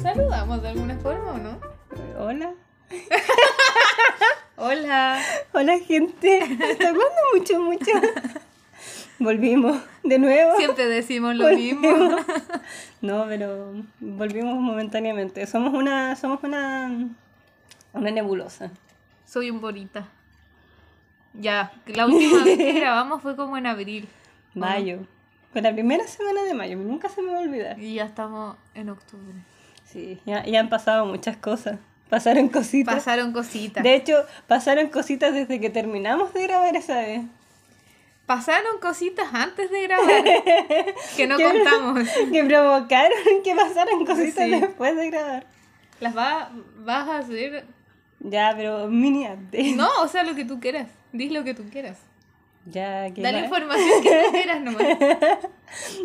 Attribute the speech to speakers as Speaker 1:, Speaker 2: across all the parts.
Speaker 1: Saludamos de alguna forma, ¿o no?
Speaker 2: Hola.
Speaker 1: Hola.
Speaker 2: Hola, gente. Está hablando mucho, mucho. Volvimos de nuevo.
Speaker 1: Siempre decimos lo mismo.
Speaker 2: Volvimos. No, pero volvimos momentáneamente. Somos una somos una una nebulosa.
Speaker 1: Soy un borita. Ya, la última vez que grabamos fue como en abril.
Speaker 2: Mayo. Fue la primera semana de mayo, nunca se me va a olvidar.
Speaker 1: Y ya estamos en octubre.
Speaker 2: Sí, ya, ya han pasado muchas cosas. Pasaron cositas.
Speaker 1: Pasaron cositas.
Speaker 2: De hecho, pasaron cositas desde que terminamos de grabar esa vez.
Speaker 1: Pasaron cositas antes de grabar que no
Speaker 2: ¿Qué?
Speaker 1: contamos.
Speaker 2: Que provocaron que pasaran cositas
Speaker 1: Sí.
Speaker 2: después de grabar.
Speaker 1: Las va- vas a hacer.
Speaker 2: Ya, pero mini update.
Speaker 1: No, o sea, lo que tú quieras. Dis lo que tú quieras.
Speaker 2: Ya, que
Speaker 1: Da la
Speaker 2: va-
Speaker 1: información que tú quieras nomás.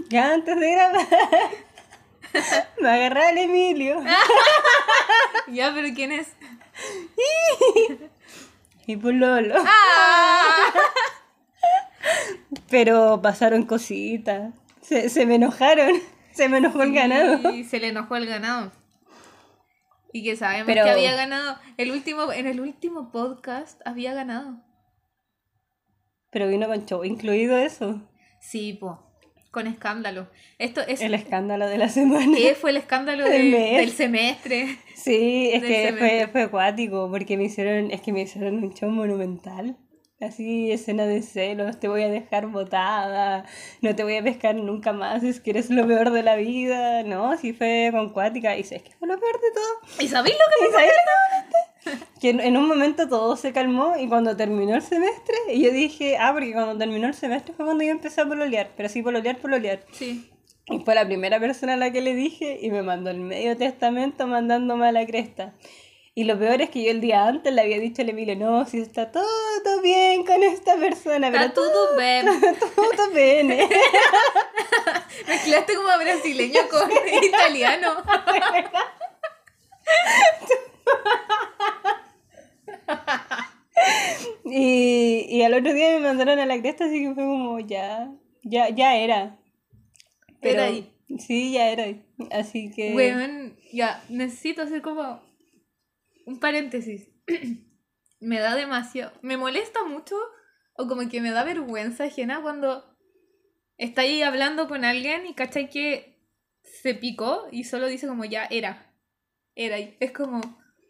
Speaker 2: ya antes de grabar. Me agarraba el Emilio.
Speaker 1: Ya, pero ¿quién es?
Speaker 2: Y por Lolo.
Speaker 1: ¡Ah!
Speaker 2: Pero pasaron cositas. Se, se me enojaron. Se me enojó el ganado.
Speaker 1: Y se le enojó el ganado. Y que sabemos
Speaker 2: Pero-
Speaker 1: que había ganado. El último, en el último podcast había ganado.
Speaker 2: Pero vino con show, incluido eso.
Speaker 1: Sí, po. Con escándalo. Esto es.
Speaker 2: El escándalo de la semana.
Speaker 1: ¿Qué fue el escándalo del-
Speaker 2: Del mes.
Speaker 1: del semestre?
Speaker 2: Sí, es
Speaker 1: Del
Speaker 2: que fue,
Speaker 1: cemento.
Speaker 2: fue acuático, porque me hicieron, es que me hicieron un show monumental. Así, escena de celos, te voy a dejar botada, no te voy a pescar nunca más, es que eres lo peor de la vida, ¿no? Sí fue con cuática, y es que fue lo peor de todo.
Speaker 1: ¿Y sabéis lo que
Speaker 2: ¿Y sabes lo peor de todo? Que en- en un momento todo se calmó, y cuando terminó el semestre, y yo dije, ah, porque cuando terminó el semestre fue cuando yo empecé a pololear, pero sí pololear, pololear.
Speaker 1: Sí.
Speaker 2: Y fue la primera persona a la que le dije y me mandó el medio testamento mandándome a la cresta. Y lo peor es que yo el día antes le había dicho a Emilio, no, si está todo bien con esta persona, pero
Speaker 1: Está todo bien.
Speaker 2: todo bien. ¿eh?".
Speaker 1: Mezclaste como a brasileño con italiano.
Speaker 2: Y, y al otro día me mandaron a la cresta, así que fue como, ya, ya, ya era.
Speaker 1: Era ahí.
Speaker 2: Sí, ya era. ahí. Así que...
Speaker 1: Weón, ya, necesito hacer como un paréntesis. me da demasiado. Me molesta mucho o como que me da vergüenza ajena cuando está ahí hablando con alguien y cachai que se picó y solo dice como ya era. Era. y Es como,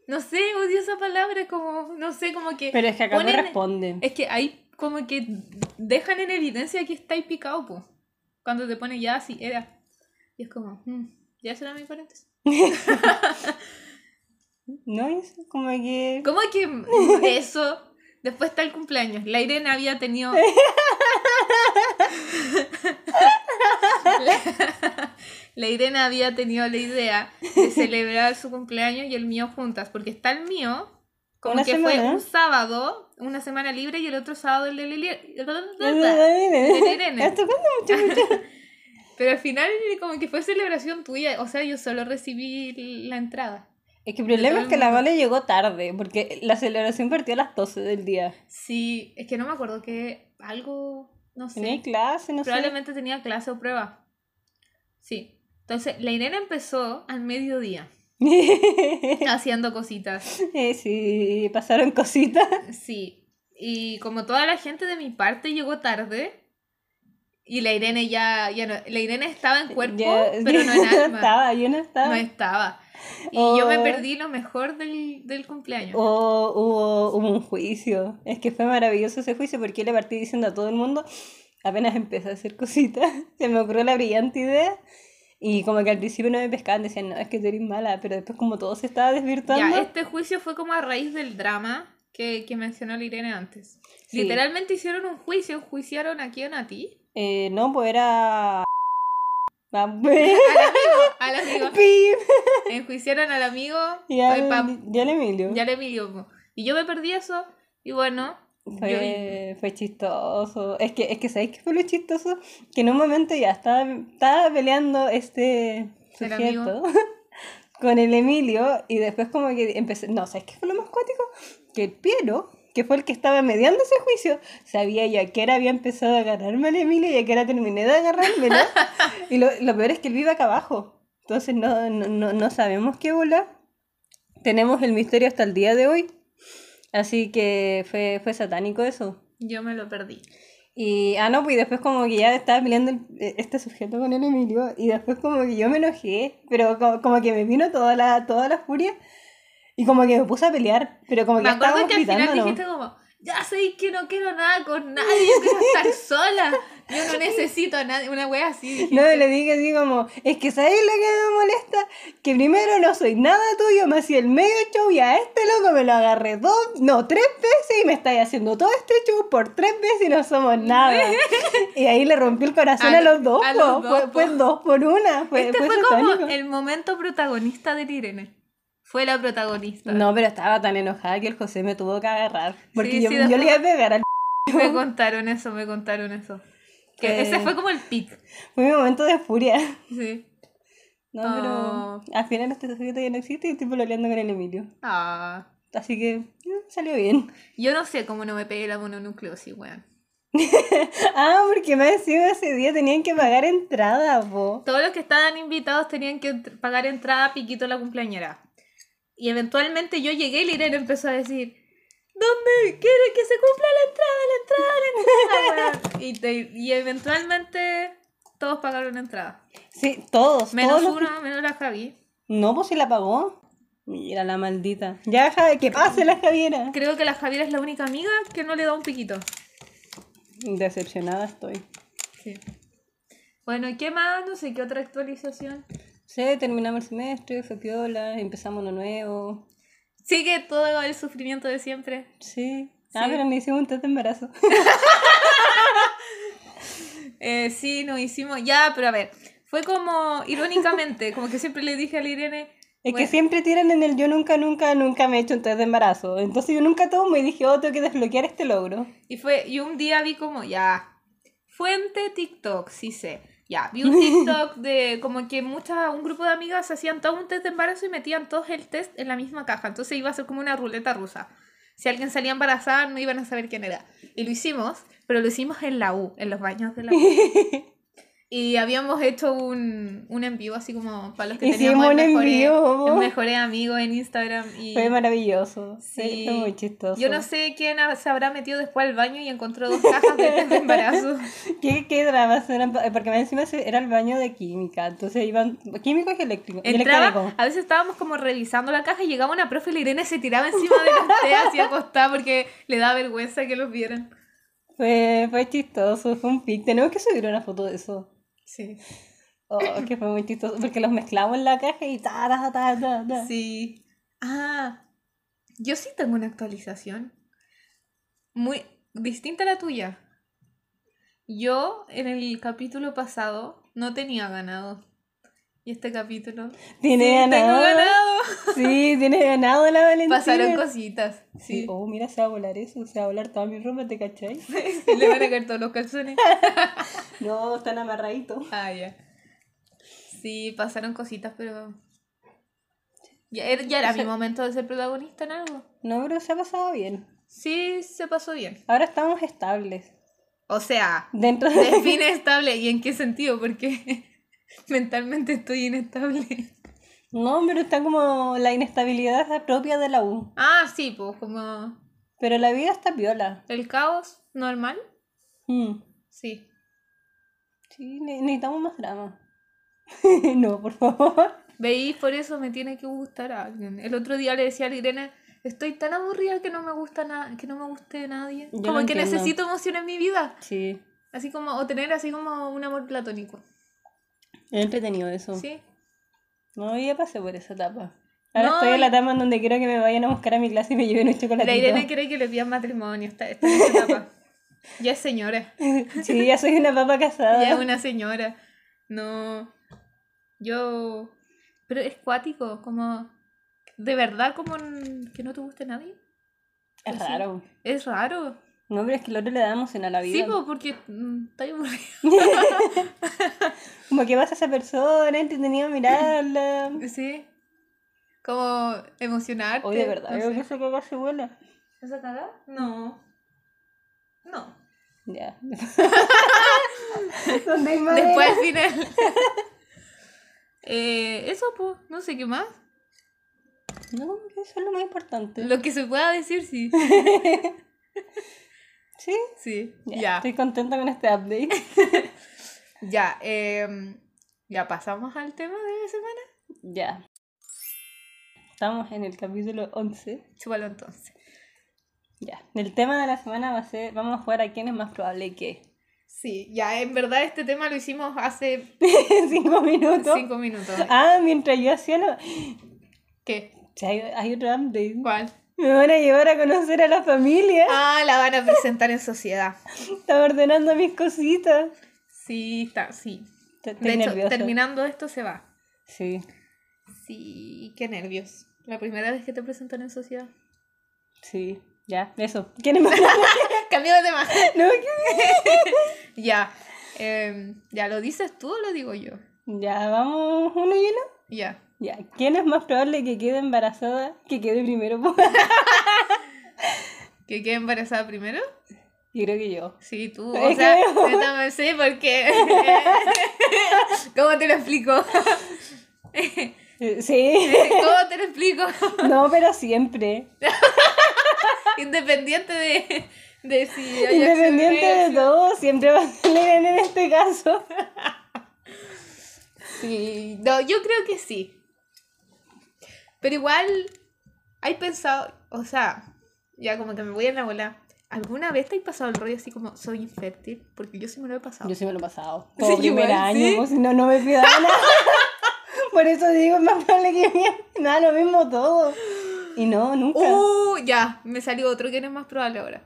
Speaker 1: no sé, odio esa palabra, es como, no sé, como que.
Speaker 2: Pero es que acá
Speaker 1: ponen-
Speaker 2: corresponde.
Speaker 1: Es que ahí como que dejan en evidencia que estáis picado, po. Cuando te pone ya así, era. Y es como, mm, ya será mi paréntesis.
Speaker 2: No, es como que...
Speaker 1: ¿Cómo que eso? Después está el cumpleaños. La Irene había tenido. La- La Irene había tenido la idea de celebrar su cumpleaños y el mío juntas, porque está el mío, como
Speaker 2: Una
Speaker 1: que fue
Speaker 2: semana.
Speaker 1: un sábado, una semana libre, y el otro sábado el de Lili. Irene.
Speaker 2: ¿Hasta cuándo mucho, mucho?
Speaker 1: Pero al final como que fue celebración tuya, o sea, yo solo recibí la entrada.
Speaker 2: Es que el
Speaker 1: todo
Speaker 2: problema
Speaker 1: el
Speaker 2: es que la
Speaker 1: mundo.
Speaker 2: Vale llegó tarde, porque la celebración partió a las 12 del día.
Speaker 1: Sí, es que no me acuerdo que algo, no sé,
Speaker 2: Tenía clase, no
Speaker 1: probablemente tenía clase o prueba. Sí. Entonces, la Irene empezó al mediodía
Speaker 2: sé.
Speaker 1: haciendo cositas.
Speaker 2: Eh, sí, pasaron cositas.
Speaker 1: Sí. Y como toda la gente de mi parte llegó tarde y la Irene ya, ya no, la Irene estaba en cuerpo,
Speaker 2: Ya-
Speaker 1: pero no en alma.
Speaker 2: estaba, yo no
Speaker 1: No
Speaker 2: estaba.
Speaker 1: estaba. Y yo me
Speaker 2: Oh.
Speaker 1: perdí lo mejor del, del cumpleaños.
Speaker 2: O hubo, hubo un juicio. Es que fue maravilloso ese juicio porque yo le partí diciendo a todo el mundo, apenas empecé a hacer cositas, se me ocurrió la brillante idea. Y como que al principio no me pescaban, decían, no, es que tú eres mala, pero después como todo se estaba desvirtuando.
Speaker 1: Ya, este juicio fue como a raíz del drama que, que mencionó la Irene antes.
Speaker 2: Sí.
Speaker 1: Literalmente hicieron un juicio, enjuiciaron a quién, a ti,
Speaker 2: Eh, no, pues era... Ah,
Speaker 1: al amigo,
Speaker 2: Pip.
Speaker 1: enjuiciaron al amigo,
Speaker 2: Y al-
Speaker 1: eh, pa-
Speaker 2: y al Emilio.
Speaker 1: ya le Emilio. po. Y yo me perdí eso, y bueno, yo-
Speaker 2: Fue, fue chistoso. Es que, es que ¿sabéis qué fue lo chistoso? Que en un momento ya estaba, estaba peleando este
Speaker 1: El
Speaker 2: sujeto con el Emilio y después como que empecé... No, ¿sabéis qué fue lo más cuático? Que el Piero, que fue el que estaba mediando ese juicio, sabía ya que era había empezado a agarrarme al Emilio y a que era terminé de agarrármelo. y lo, lo peor es que él vive acá abajo. Entonces no, no, no- no sabemos qué bola. Tenemos el misterio hasta el día de hoy. Así que fue, fue satánico eso.
Speaker 1: Yo me lo perdí. Y
Speaker 2: Y, ah, no, pues y después como que ya estaba peleando el- eh, este sujeto con el Emilio y después como que yo me enojé, pero co- como, que me vino toda la, toda la furia y como que me puse a pelear, pero como que
Speaker 1: me acuerdo
Speaker 2: estábamos
Speaker 1: que al final
Speaker 2: gritándonos.
Speaker 1: dijiste como, ya sé que no quiero nada con nadie, yo quiero estar sola. Yo no necesito a nadie, una wea así. dijiste.
Speaker 2: No, le dije así como, es que ¿sabes lo que me molesta? Que primero no soy nada tuyo, me hacía el medio show y a este loco me lo agarré dos, no, tres veces y me estáis haciendo todo este show por tres veces y no somos nada. y ahí le rompí el corazón
Speaker 1: A
Speaker 2: a,
Speaker 1: lo-
Speaker 2: los dos,
Speaker 1: a los
Speaker 2: po.
Speaker 1: dos,
Speaker 2: fue, fue
Speaker 1: po.
Speaker 2: dos por una, fue,
Speaker 1: este
Speaker 2: fue
Speaker 1: fue, como
Speaker 2: satánico.
Speaker 1: el momento protagonista de Irene. Fue la protagonista.
Speaker 2: No, pero estaba tan enojada que el José me tuvo que agarrar. Porque
Speaker 1: Sí,
Speaker 2: yo,
Speaker 1: sí,
Speaker 2: yo
Speaker 1: después-
Speaker 2: le iba a pegar al...
Speaker 1: Me contaron eso, me contaron eso. Que
Speaker 2: Eh.
Speaker 1: ese fue como el pic.
Speaker 2: Fue mi momento de furia.
Speaker 1: Sí.
Speaker 2: No,
Speaker 1: Oh.
Speaker 2: pero al final este sujeto ya no existe y estoy pololeando con el Emilio.
Speaker 1: Ah.
Speaker 2: Así que mm, salió bien.
Speaker 1: Yo no sé cómo no me pegué la mononucleosis, weón.
Speaker 2: Ah, porque me encima ese día tenían que pagar entrada, po.
Speaker 1: Todos los que estaban invitados tenían que entr- pagar entrada a Piquito la cumpleañera. Y eventualmente yo llegué y la Irene empezó a decir, ¿dónde quiere que se cumpla la entrada, la entrada, la entrada? weón?" y, te- y eventualmente todos pagaron entrada.
Speaker 2: Sí, todos.
Speaker 1: Menos
Speaker 2: todos los-
Speaker 1: una, menos la Javi.
Speaker 2: No, pues si la pagó. Mira la maldita. Ya, Javi, que pase la Javiera.
Speaker 1: Creo que la Javiera es la única amiga que no le da un piquito.
Speaker 2: Decepcionada estoy.
Speaker 1: Sí. Bueno, ¿y qué más? No sé, ¿qué otra actualización?
Speaker 2: Sí, terminamos el semestre, fue piola, empezamos lo nuevo.
Speaker 1: Sigue todo el sufrimiento de siempre.
Speaker 2: Sí. Ah,
Speaker 1: Sí.
Speaker 2: pero me hicimos un test de embarazo.
Speaker 1: Eh, sí, nos hicimos. Ya, pero a ver. Fue como irónicamente, como que siempre le dije a la Irene.
Speaker 2: Es
Speaker 1: bueno,
Speaker 2: que siempre tiran en el yo nunca, nunca, nunca me he hecho un test de embarazo. Entonces yo nunca tomo y dije, oh, tengo que desbloquear este logro.
Speaker 1: Y fue, y un día vi como, ya. Fuente TikTok, sí sé. Ya, vi un TikTok de como que muchas, un grupo de amigas hacían todo un test de embarazo y metían todos el test en la misma caja. Entonces iba a ser como una ruleta rusa. Si alguien salía embarazada, no iban a saber quién era. Y lo hicimos, pero lo hicimos en la U, en los baños de la U. Y habíamos hecho un, un en vivo así como para los que
Speaker 2: Hicimos
Speaker 1: teníamos
Speaker 2: un en
Speaker 1: mejores,
Speaker 2: vivo.
Speaker 1: el mejores amigos en Instagram. Y
Speaker 2: Fue maravilloso. Sí.
Speaker 1: Sí.
Speaker 2: fue muy chistoso.
Speaker 1: yo no sé quién ha- se habrá metido después al baño y encontró dos cajas de test de embarazo.
Speaker 2: ¿Qué, qué dramas eran? Pa- Porque más encima se- era el baño de química. Entonces iban químicos y eléctricos. y
Speaker 1: Entraba,
Speaker 2: electrónicos.
Speaker 1: a veces estábamos como revisando la caja y llegaba una profe y la Irene se tiraba encima de los test así acostada porque le daba vergüenza que los vieran.
Speaker 2: Fue, fue chistoso, fue un pic. Tenemos que subir una foto de eso.
Speaker 1: Sí.
Speaker 2: Oh, que fue muy chistoso. Porque los mezclamos en la caja y ta, ta, ta, ta, ta.
Speaker 1: Sí. Ah, yo sí tengo una actualización. Muy distinta a la tuya. Yo en el capítulo pasado no tenía ganado. Y este capítulo.
Speaker 2: Tiene
Speaker 1: sí,
Speaker 2: ganado.
Speaker 1: Tengo ganado.
Speaker 2: Sí, tiene ganado la Valentina.
Speaker 1: Pasaron cositas.
Speaker 2: Sí.
Speaker 1: Sí.
Speaker 2: Oh, mira, se va a volar eso, se va a volar toda mi ropa, ¿te cachai?
Speaker 1: Le van a caer todos los calzones.
Speaker 2: No, están amarraditos.
Speaker 1: Ah, ya. Sí, pasaron cositas, pero. Ya era, ya era mi momento de ser protagonista en algo.
Speaker 2: No, pero se ha pasado bien.
Speaker 1: Sí, se pasó bien.
Speaker 2: Ahora estamos estables.
Speaker 1: O sea,
Speaker 2: Dentro de...
Speaker 1: Define estable. ¿Y en qué sentido? Porque mentalmente estoy inestable.
Speaker 2: No, pero está como la inestabilidad propia de la U.
Speaker 1: Ah, sí, pues como
Speaker 2: Pero la vida está viola.
Speaker 1: el caos normal.
Speaker 2: Mm.
Speaker 1: Sí.
Speaker 2: Sí, ne- necesitamos más drama. no, por favor.
Speaker 1: Veis, por eso me tiene que gustar a alguien. El otro día le decía a la Irene, estoy tan aburrida que no me gusta nada, que no me guste nadie.
Speaker 2: Yo
Speaker 1: como
Speaker 2: lo
Speaker 1: que
Speaker 2: entiendo.
Speaker 1: necesito emoción en mi vida.
Speaker 2: Sí,
Speaker 1: Así como, o tener así como un amor platónico.
Speaker 2: he entretenido eso.
Speaker 1: Sí.
Speaker 2: No, ya pasé por esa etapa. Ahora
Speaker 1: No,
Speaker 2: estoy en la
Speaker 1: y-
Speaker 2: etapa en donde quiero que me vayan a buscar a mi clase y me lleven un chocolatito.
Speaker 1: La Irene cree que le pidan matrimonio. Está, está en esa etapa. ya es señora.
Speaker 2: Sí, ya soy una papa casada.
Speaker 1: Ya es una señora. No. Yo. Pero es cuático, como. De verdad, como n- que no te guste nadie.
Speaker 2: Es
Speaker 1: Así.
Speaker 2: raro.
Speaker 1: Es raro.
Speaker 2: No, pero es que el otro le da emoción a la vida.
Speaker 1: Sí, po, porque mm, está aburrido.
Speaker 2: Como que vas a esa persona, entretenido mirarla.
Speaker 1: Sí. Como emocionarte.
Speaker 2: Hoy de verdad,
Speaker 1: no
Speaker 2: veo
Speaker 1: sé.
Speaker 2: que se cagó su abuela.
Speaker 1: ¿Esa cara? No. No.
Speaker 2: Ya. ¿Dónde hay madera?
Speaker 1: Después al final. Eh, eso, pues, no sé qué más.
Speaker 2: No, eso es lo más importante.
Speaker 1: Lo que se pueda decir, sí.
Speaker 2: Sí,
Speaker 1: Sí,
Speaker 2: ya,
Speaker 1: ya.
Speaker 2: Estoy contenta con este update.
Speaker 1: Ya, em, ya pasamos al tema de la semana.
Speaker 2: ya. Estamos en el capítulo 11.
Speaker 1: Chúpalo entonces.
Speaker 2: Ya. El tema de la semana va a ser, vamos a jugar a quién es más probable que.
Speaker 1: Sí, ya, en verdad este tema lo hicimos hace
Speaker 2: Cinco minutos.
Speaker 1: cinco minutos.
Speaker 2: Ah, mientras yo hacía lo...
Speaker 1: ¿Qué?
Speaker 2: Sí, Hay, hay otro update.
Speaker 1: ¿Cuál?
Speaker 2: Me van a llevar a conocer a la familia.
Speaker 1: Ah, la van a presentar en sociedad.
Speaker 2: Estaba ordenando mis cositas.
Speaker 1: Sí, está, sí.
Speaker 2: Te- Estoy
Speaker 1: De hecho,
Speaker 2: nerviosa.
Speaker 1: terminando esto se va.
Speaker 2: Sí,
Speaker 1: Sí, qué nervios. La primera vez que te presentan en sociedad.
Speaker 2: sí. Ya, eso. ¿Quién es más probable?
Speaker 1: Cambio de tema.
Speaker 2: No, ¿qué?
Speaker 1: Ya. em, ya, ¿lo dices tú o lo digo yo?
Speaker 2: Ya, vamos uno y uno.
Speaker 1: Ya.
Speaker 2: Ya, ¿quién es más probable que quede embarazada que quede primero?
Speaker 1: ¿Que quede embarazada primero?
Speaker 2: Yo creo que yo.
Speaker 1: Sí, tú.
Speaker 2: Es
Speaker 1: O
Speaker 2: que
Speaker 1: sea,
Speaker 2: veo-
Speaker 1: yo también sé porque. ¿Cómo te lo explico?
Speaker 2: Eh, Sí,
Speaker 1: ¿Cómo te lo explico?
Speaker 2: no, pero siempre.
Speaker 1: Independiente de, de si hay
Speaker 2: Independiente
Speaker 1: acción o no hay
Speaker 2: de todo, siempre va a salir en este caso.
Speaker 1: Sí, no, yo creo que sí. Pero igual, hay pensado, o sea, ya como que me voy a la bola. ¿Alguna vez te has pasado el rollo así como soy infértil? Porque yo sí me lo he pasado.
Speaker 2: Yo sí me lo he pasado.
Speaker 1: Sí,
Speaker 2: Todo primer
Speaker 1: igual,
Speaker 2: año,
Speaker 1: sí.
Speaker 2: pues, si no, no me cuidaba nada. Por eso digo, es más probable que me nada, lo mismo todo. Y no, nunca.
Speaker 1: ¡Uh! Ya, me salió otro que no es más probable ahora.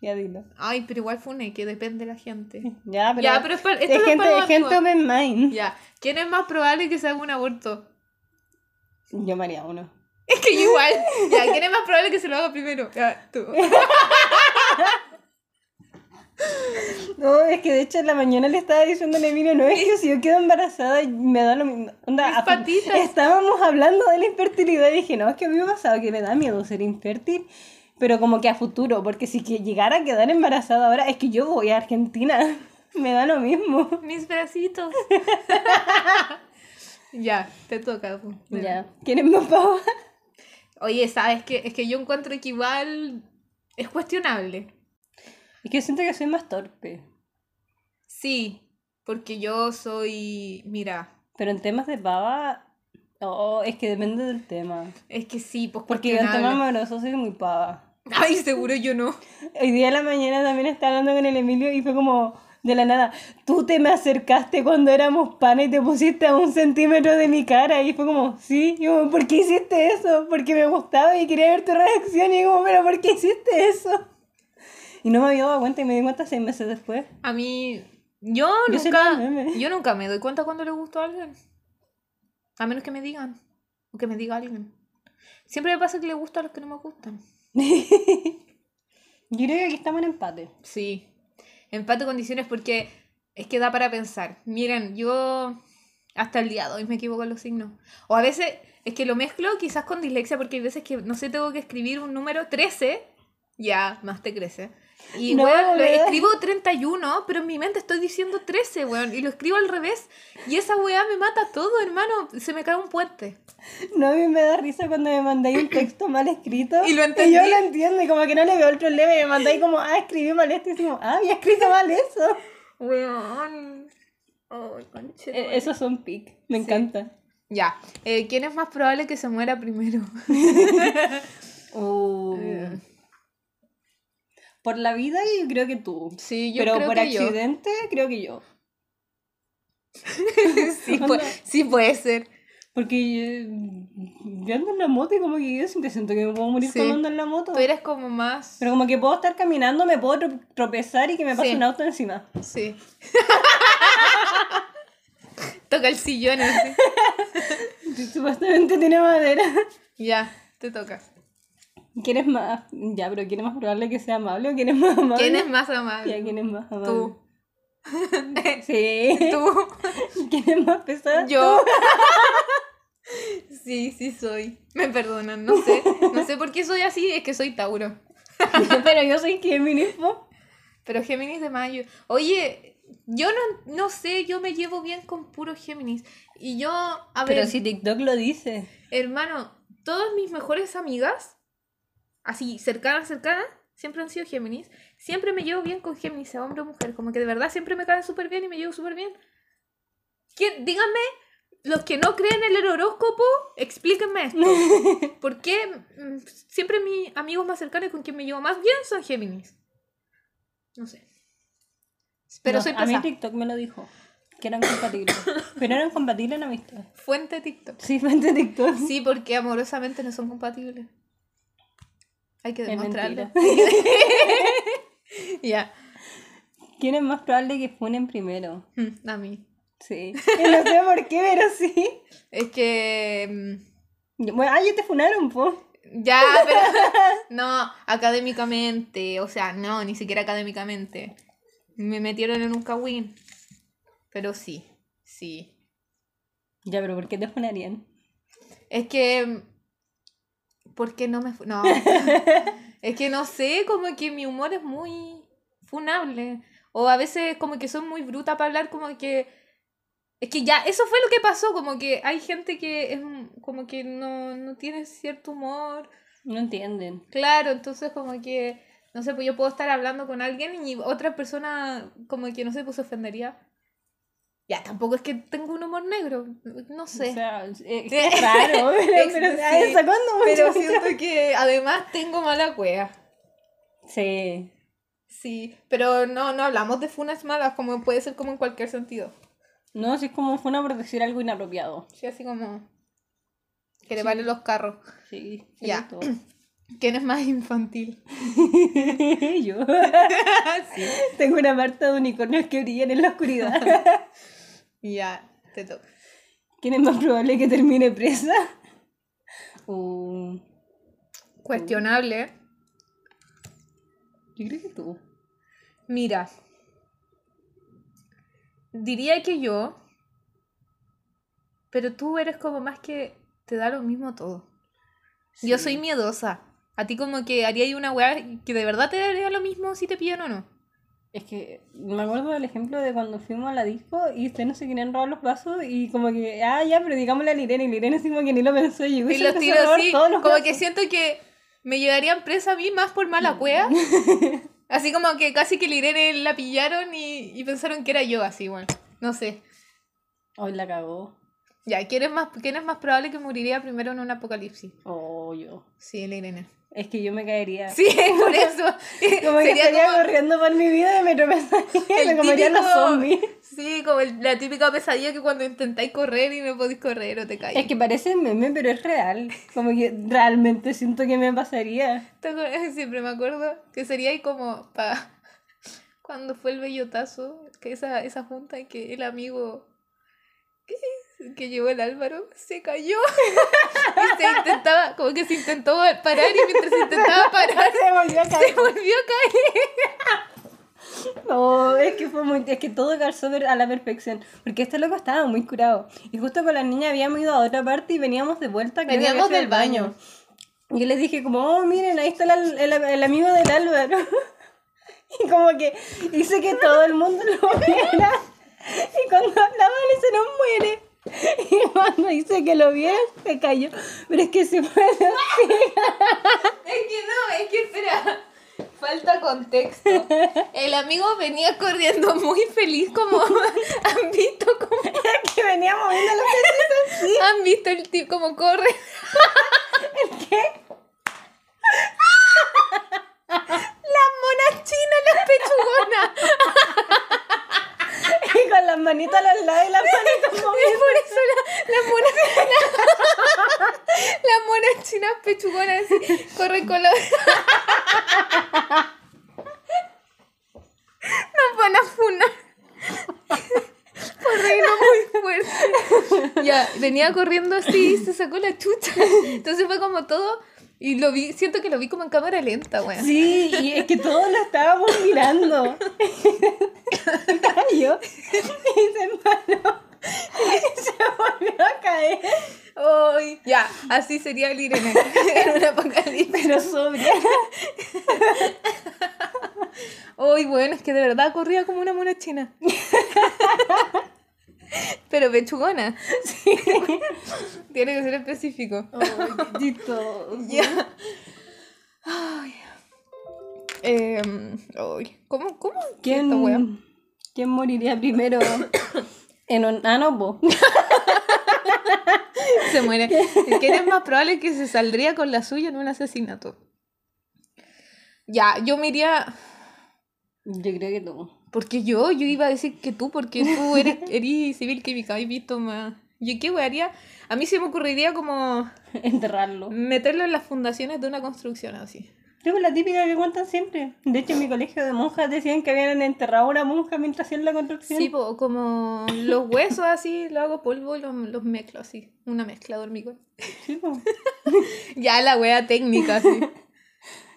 Speaker 2: Ya dilo.
Speaker 1: Ay, pero igual fune, que depende de la gente.
Speaker 2: Ya, pero,
Speaker 1: ya, pero es para, esto
Speaker 2: es
Speaker 1: no es
Speaker 2: gente,
Speaker 1: para
Speaker 2: es gente
Speaker 1: amigos.
Speaker 2: open mind.
Speaker 1: Ya, ¿quién es más probable que se haga un aborto?
Speaker 2: Yo me haría uno.
Speaker 1: Es que yo igual. Ya, ¿quién es más probable que se lo haga primero? Ya, tú.
Speaker 2: No, es que de hecho en la mañana le estaba diciendo a Emilio, no es que si yo quedo embarazada me da lo mismo. Onda,
Speaker 1: Mis
Speaker 2: af-
Speaker 1: patitas.
Speaker 2: Estábamos hablando de la infertilidad y dije, no, es que a mí me ha pasado que me da miedo ser infértil, pero como que a futuro, porque si que llegara a quedar embarazada ahora, es que yo voy a Argentina, me da lo mismo.
Speaker 1: Mis bracitos. ya, te toca. pu.
Speaker 2: Ya, ¿quieren más pava?
Speaker 1: Oye, ¿sabes qué? Es que yo encuentro que igual es cuestionable.
Speaker 2: Es que siento que soy más torpe,
Speaker 1: Sí, porque yo soy. Mira,
Speaker 2: pero en temas de pava, oh, es que depende del tema.
Speaker 1: es que sí, pues
Speaker 2: Porque yo en
Speaker 1: cuestionable.
Speaker 2: temas amorosos soy muy pava.
Speaker 1: Ay, seguro yo no.
Speaker 2: Hoy día en la mañana también estaba hablando con el Emilio y fue como de la nada, tú te me acercaste cuando éramos panes y te pusiste a un centímetro de mi cara y fue como, sí, y yo como, ¿por qué hiciste eso? Porque me gustaba y quería ver tu reacción y yo como, pero ¿por qué hiciste eso? Y no me había dado cuenta y me di cuenta seis meses después.
Speaker 1: A mí. Yo
Speaker 2: Yo soy
Speaker 1: nunca.
Speaker 2: la meme.
Speaker 1: Yo nunca me doy cuenta cuando le gusto a alguien. A menos que me digan. O que me diga alguien. Siempre me pasa que le gusta a los que no me gustan.
Speaker 2: Yo creo que aquí estamos en empate.
Speaker 1: Sí. Empate condiciones porque es que da para pensar. Miren, yo hasta el día de hoy me equivoco en los signos. O a veces es que lo mezclo quizás con dislexia porque hay veces que no sé, tengo que escribir un número 13. Ya, más te crece. Y
Speaker 2: No,
Speaker 1: weón, lo
Speaker 2: ¿verdad?
Speaker 1: escribo 31, pero en mi mente estoy diciendo 13, weón. Y lo escribo al revés. Y esa weá me mata todo, hermano. Se me cae un puente.
Speaker 2: No, a mí me da risa cuando me mandáis un texto mal escrito.
Speaker 1: Y lo
Speaker 2: yo
Speaker 1: entendí.
Speaker 2: lo entiendo y como que no le veo el problema y me mandáis como, ah, escribí mal esto y decimos, ah, había escrito mal eso.
Speaker 1: Weón. Ay, conche tu
Speaker 2: Eh,
Speaker 1: madre.
Speaker 2: Esos son pic, me encanta.
Speaker 1: Ya. Eh, ¿Quién es más probable que se muera primero? Oh.
Speaker 2: Eh. Por la vida yo creo que tú.
Speaker 1: Sí, yo
Speaker 2: Pero
Speaker 1: creo
Speaker 2: por
Speaker 1: que yo.
Speaker 2: accidente creo que yo.
Speaker 1: Sí, pu- sí puede ser.
Speaker 2: Porque yo, yo ando en la moto y como que yo siempre siento que me puedo morir
Speaker 1: Sí.
Speaker 2: cuando ando en la moto.
Speaker 1: Tú eres como más.
Speaker 2: Pero como que puedo estar caminando, me puedo tro- tropezar y que me pase
Speaker 1: Sí.
Speaker 2: un auto encima.
Speaker 1: Sí. toca el sillón así.
Speaker 2: Supuestamente tiene madera.
Speaker 1: Ya, te toca.
Speaker 2: ¿Quién es más? Ya, pero ¿quién es más probable que sea amable o quién es más amable?
Speaker 1: ¿Quién es más
Speaker 2: Ya,
Speaker 1: amable?
Speaker 2: ¿quién es más amable?
Speaker 1: Tú.
Speaker 2: Sí.
Speaker 1: Tú.
Speaker 2: ¿Quién es más pesado?
Speaker 1: Yo. Sí, sí soy. Me perdonan, no sé. No sé por qué soy así, es que soy Tauro.
Speaker 2: pero yo soy Géminis, po.
Speaker 1: Pero Géminis de mayo. Oye, Yo no, no sé, yo me llevo bien con puro Géminis. Y yo, a ver,
Speaker 2: Pero si TikTok lo dice.
Speaker 1: hermano, todas mis mejores amigas, así cercanas, cercanas, siempre han sido Géminis. Siempre me llevo bien con Géminis, sea hombre o mujer. Como que de verdad siempre me caen súper bien y me llevo súper bien. ¿Quién- Díganme, los que no creen en el horóscopo, explíquenme esto. ¿Por qué mm, siempre mis amigos más cercanos con quien me llevo más bien son Géminis? No sé. Pero
Speaker 2: No,
Speaker 1: soy
Speaker 2: A mí
Speaker 1: pesada.
Speaker 2: TikTok me lo dijo. Que eran compatibles. Pero eran compatibles en amistad.
Speaker 1: Fuente TikTok.
Speaker 2: Sí, frente a TikTok.
Speaker 1: Sí, porque amorosamente no son compatibles. Hay que
Speaker 2: Es
Speaker 1: demostrarlo.
Speaker 2: mentira.
Speaker 1: Ya.
Speaker 2: ¿Quién es más probable que funen primero?
Speaker 1: Mm, A mí.
Speaker 2: Sí. Y no sé por qué, pero sí.
Speaker 1: Es que. mm,
Speaker 2: Yo- Bueno, ah, ya te funaron, po.
Speaker 1: Ya, pero. No, académicamente. O sea, no, ni siquiera académicamente. Me metieron en un kawin. Pero sí, sí.
Speaker 2: Ya, pero ¿por qué te funarían?
Speaker 1: Es que. mm, ¿Por qué no me.? fu- No. es que no sé, como que mi humor es muy funable. O a veces, como que soy muy bruta para hablar, como que. Es que ya, eso fue lo que pasó, como que hay gente que es mm, como que no, no tiene cierto humor.
Speaker 2: No entienden.
Speaker 1: Claro, entonces como que, no sé, pues yo puedo estar hablando con alguien y otra persona como que, no sé, pues se ofendería. Ya, tampoco es que tengo un humor negro, no sé.
Speaker 2: O sea, es, es
Speaker 1: Sí.
Speaker 2: raro, pero, pero
Speaker 1: Sí.
Speaker 2: ah, sacando
Speaker 1: Pero
Speaker 2: mucho.
Speaker 1: siento que además tengo mala cueva.
Speaker 2: Sí.
Speaker 1: Sí, pero no, no hablamos de funas malas, como puede ser como en cualquier sentido.
Speaker 2: No, si es como funa por decir algo inapropiado.
Speaker 1: Sí, así como que le valen los carros.
Speaker 2: Sí, sí,
Speaker 1: Ya.
Speaker 2: todo.
Speaker 1: ¿Quién es más infantil?
Speaker 2: Yo tengo una marta de unicornios que brillan en la oscuridad.
Speaker 1: Ya, te toca.
Speaker 2: ¿Quién es más probable que termine presa? Uh,
Speaker 1: Cuestionable. ¿eh?
Speaker 2: yo creo que tú.
Speaker 1: Mira, diría que yo, pero tú eres como más que te da lo mismo todo. Yo
Speaker 2: Sí.
Speaker 1: soy miedosa. A ti como que haría ahí una weá que de verdad te daría lo mismo si te pillan o no.
Speaker 2: Es que me acuerdo del ejemplo de cuando fuimos a la disco y ustedes no se querían robar los vasos y como que, ah, ya, pero digámosle a la Irene. Y la Irene así como que ni lo pensó y llegó y
Speaker 1: Y
Speaker 2: se
Speaker 1: los
Speaker 2: empezó
Speaker 1: tiro
Speaker 2: a robar
Speaker 1: así,
Speaker 2: todos los
Speaker 1: como que
Speaker 2: vasos.
Speaker 1: siento que me llevarían presa a mí más por
Speaker 2: Mm.
Speaker 1: mala cueva. Así como que casi que la Irene la pillaron y, y pensaron que era yo así, bueno, no sé.
Speaker 2: Hoy la cagó.
Speaker 1: Ya, ¿quién es, más, ¿quién es más probable que moriría primero en un apocalipsis?
Speaker 2: Oh, yo.
Speaker 1: Sí, la Irene.
Speaker 2: Es que yo me caería.
Speaker 1: Sí, por eso.
Speaker 2: Como que
Speaker 1: Sería
Speaker 2: estaría
Speaker 1: como-
Speaker 2: corriendo por mi vida y me tropezaría y
Speaker 1: El
Speaker 2: me comerían los
Speaker 1: típico-
Speaker 2: zombies.
Speaker 1: Sí, como el- la típica pesadilla que cuando intentáis correr y no podéis correr o te caes.
Speaker 2: Es que parece meme, pero es real. Como que realmente siento que me pasaría.
Speaker 1: ¿Te acuerdas? Siempre me acuerdo que sería ahí como pa... cuando fue el bellotazo, que esa, esa junta en que el amigo que, que llevó el Álvaro se cayó y se intentaba, como que se intentó parar y mientras se intentaba parar
Speaker 2: Se volvió a
Speaker 1: se
Speaker 2: caer.
Speaker 1: volvió a caer.
Speaker 2: No, es que fue muy, es que todo calzó per- a la perfección. Porque este loco estaba muy curado. Y justo con la niña habíamos ido a otra parte y veníamos de vuelta. creo que había
Speaker 1: Veníamos
Speaker 2: sido
Speaker 1: del
Speaker 2: el
Speaker 1: baño.
Speaker 2: Y yo les dije como, oh, miren, ahí está el, al- el- el amigo del Álvaro. Y como que hice que todo el mundo lo viera. Y cuando hablaban se nos muere. Y cuando hice que lo viera, se cayó. Pero es que se fue así.
Speaker 1: Es que no, es que espera. Falta contexto. El amigo venía corriendo muy feliz como han visto como
Speaker 2: que venía moviendo los pesitos así.
Speaker 1: han visto el tipo como corre.
Speaker 2: ¿Qué?
Speaker 1: Las monas chinas, las pechugonas.
Speaker 2: Y con las manitas a los lados y las manitas
Speaker 1: Es
Speaker 2: moviendo.
Speaker 1: por eso la- las monas la- las monas chinas pechugonas así, corren con la Nos van a funar. Por reírnos muy fuerte. Ya, venía corriendo así y se sacó la chucha. Entonces fue como todo. Y lo vi, siento que lo vi como en cámara lenta, weón.
Speaker 2: Sí, y es que todos lo estábamos mirando. Y cayó. Y se paró. Y se volvió a caer.
Speaker 1: Ay, ya, así sería el Irene en un apocalipsis.
Speaker 2: Pero sobria.
Speaker 1: Ay, Uy, bueno, es que de verdad corría como una mona china. Pero pechugona. Tiene que ser específico. Ya. Ay. Em, ay, ¿Cómo? ¿Cómo? es esta wea?
Speaker 2: ¿Quién, ¿Quién moriría primero? en un... Ah, no, po.
Speaker 1: Se muere. ¿Quién es más probable que se saldría con la suya en un asesinato? Ya, yo me iría.
Speaker 2: Yo creo que tú.
Speaker 1: Porque yo, yo iba a decir que tú, porque tú eres, eres civil química y visto más. ¿Yo qué wea haría? A mí se me ocurriría como
Speaker 2: Enterrarlo.
Speaker 1: meterlo en las fundaciones de una construcción así.
Speaker 2: Creo que la típica que cuentan siempre. De hecho, en mi colegio de monjas decían que habían enterrado a una monja mientras hacían la construcción.
Speaker 1: Sí, po, como los huesos así, lo hago polvo y los, los mezclo así. Una mezcla de hormigón.
Speaker 2: Sí, po.
Speaker 1: Ya la wea técnica así.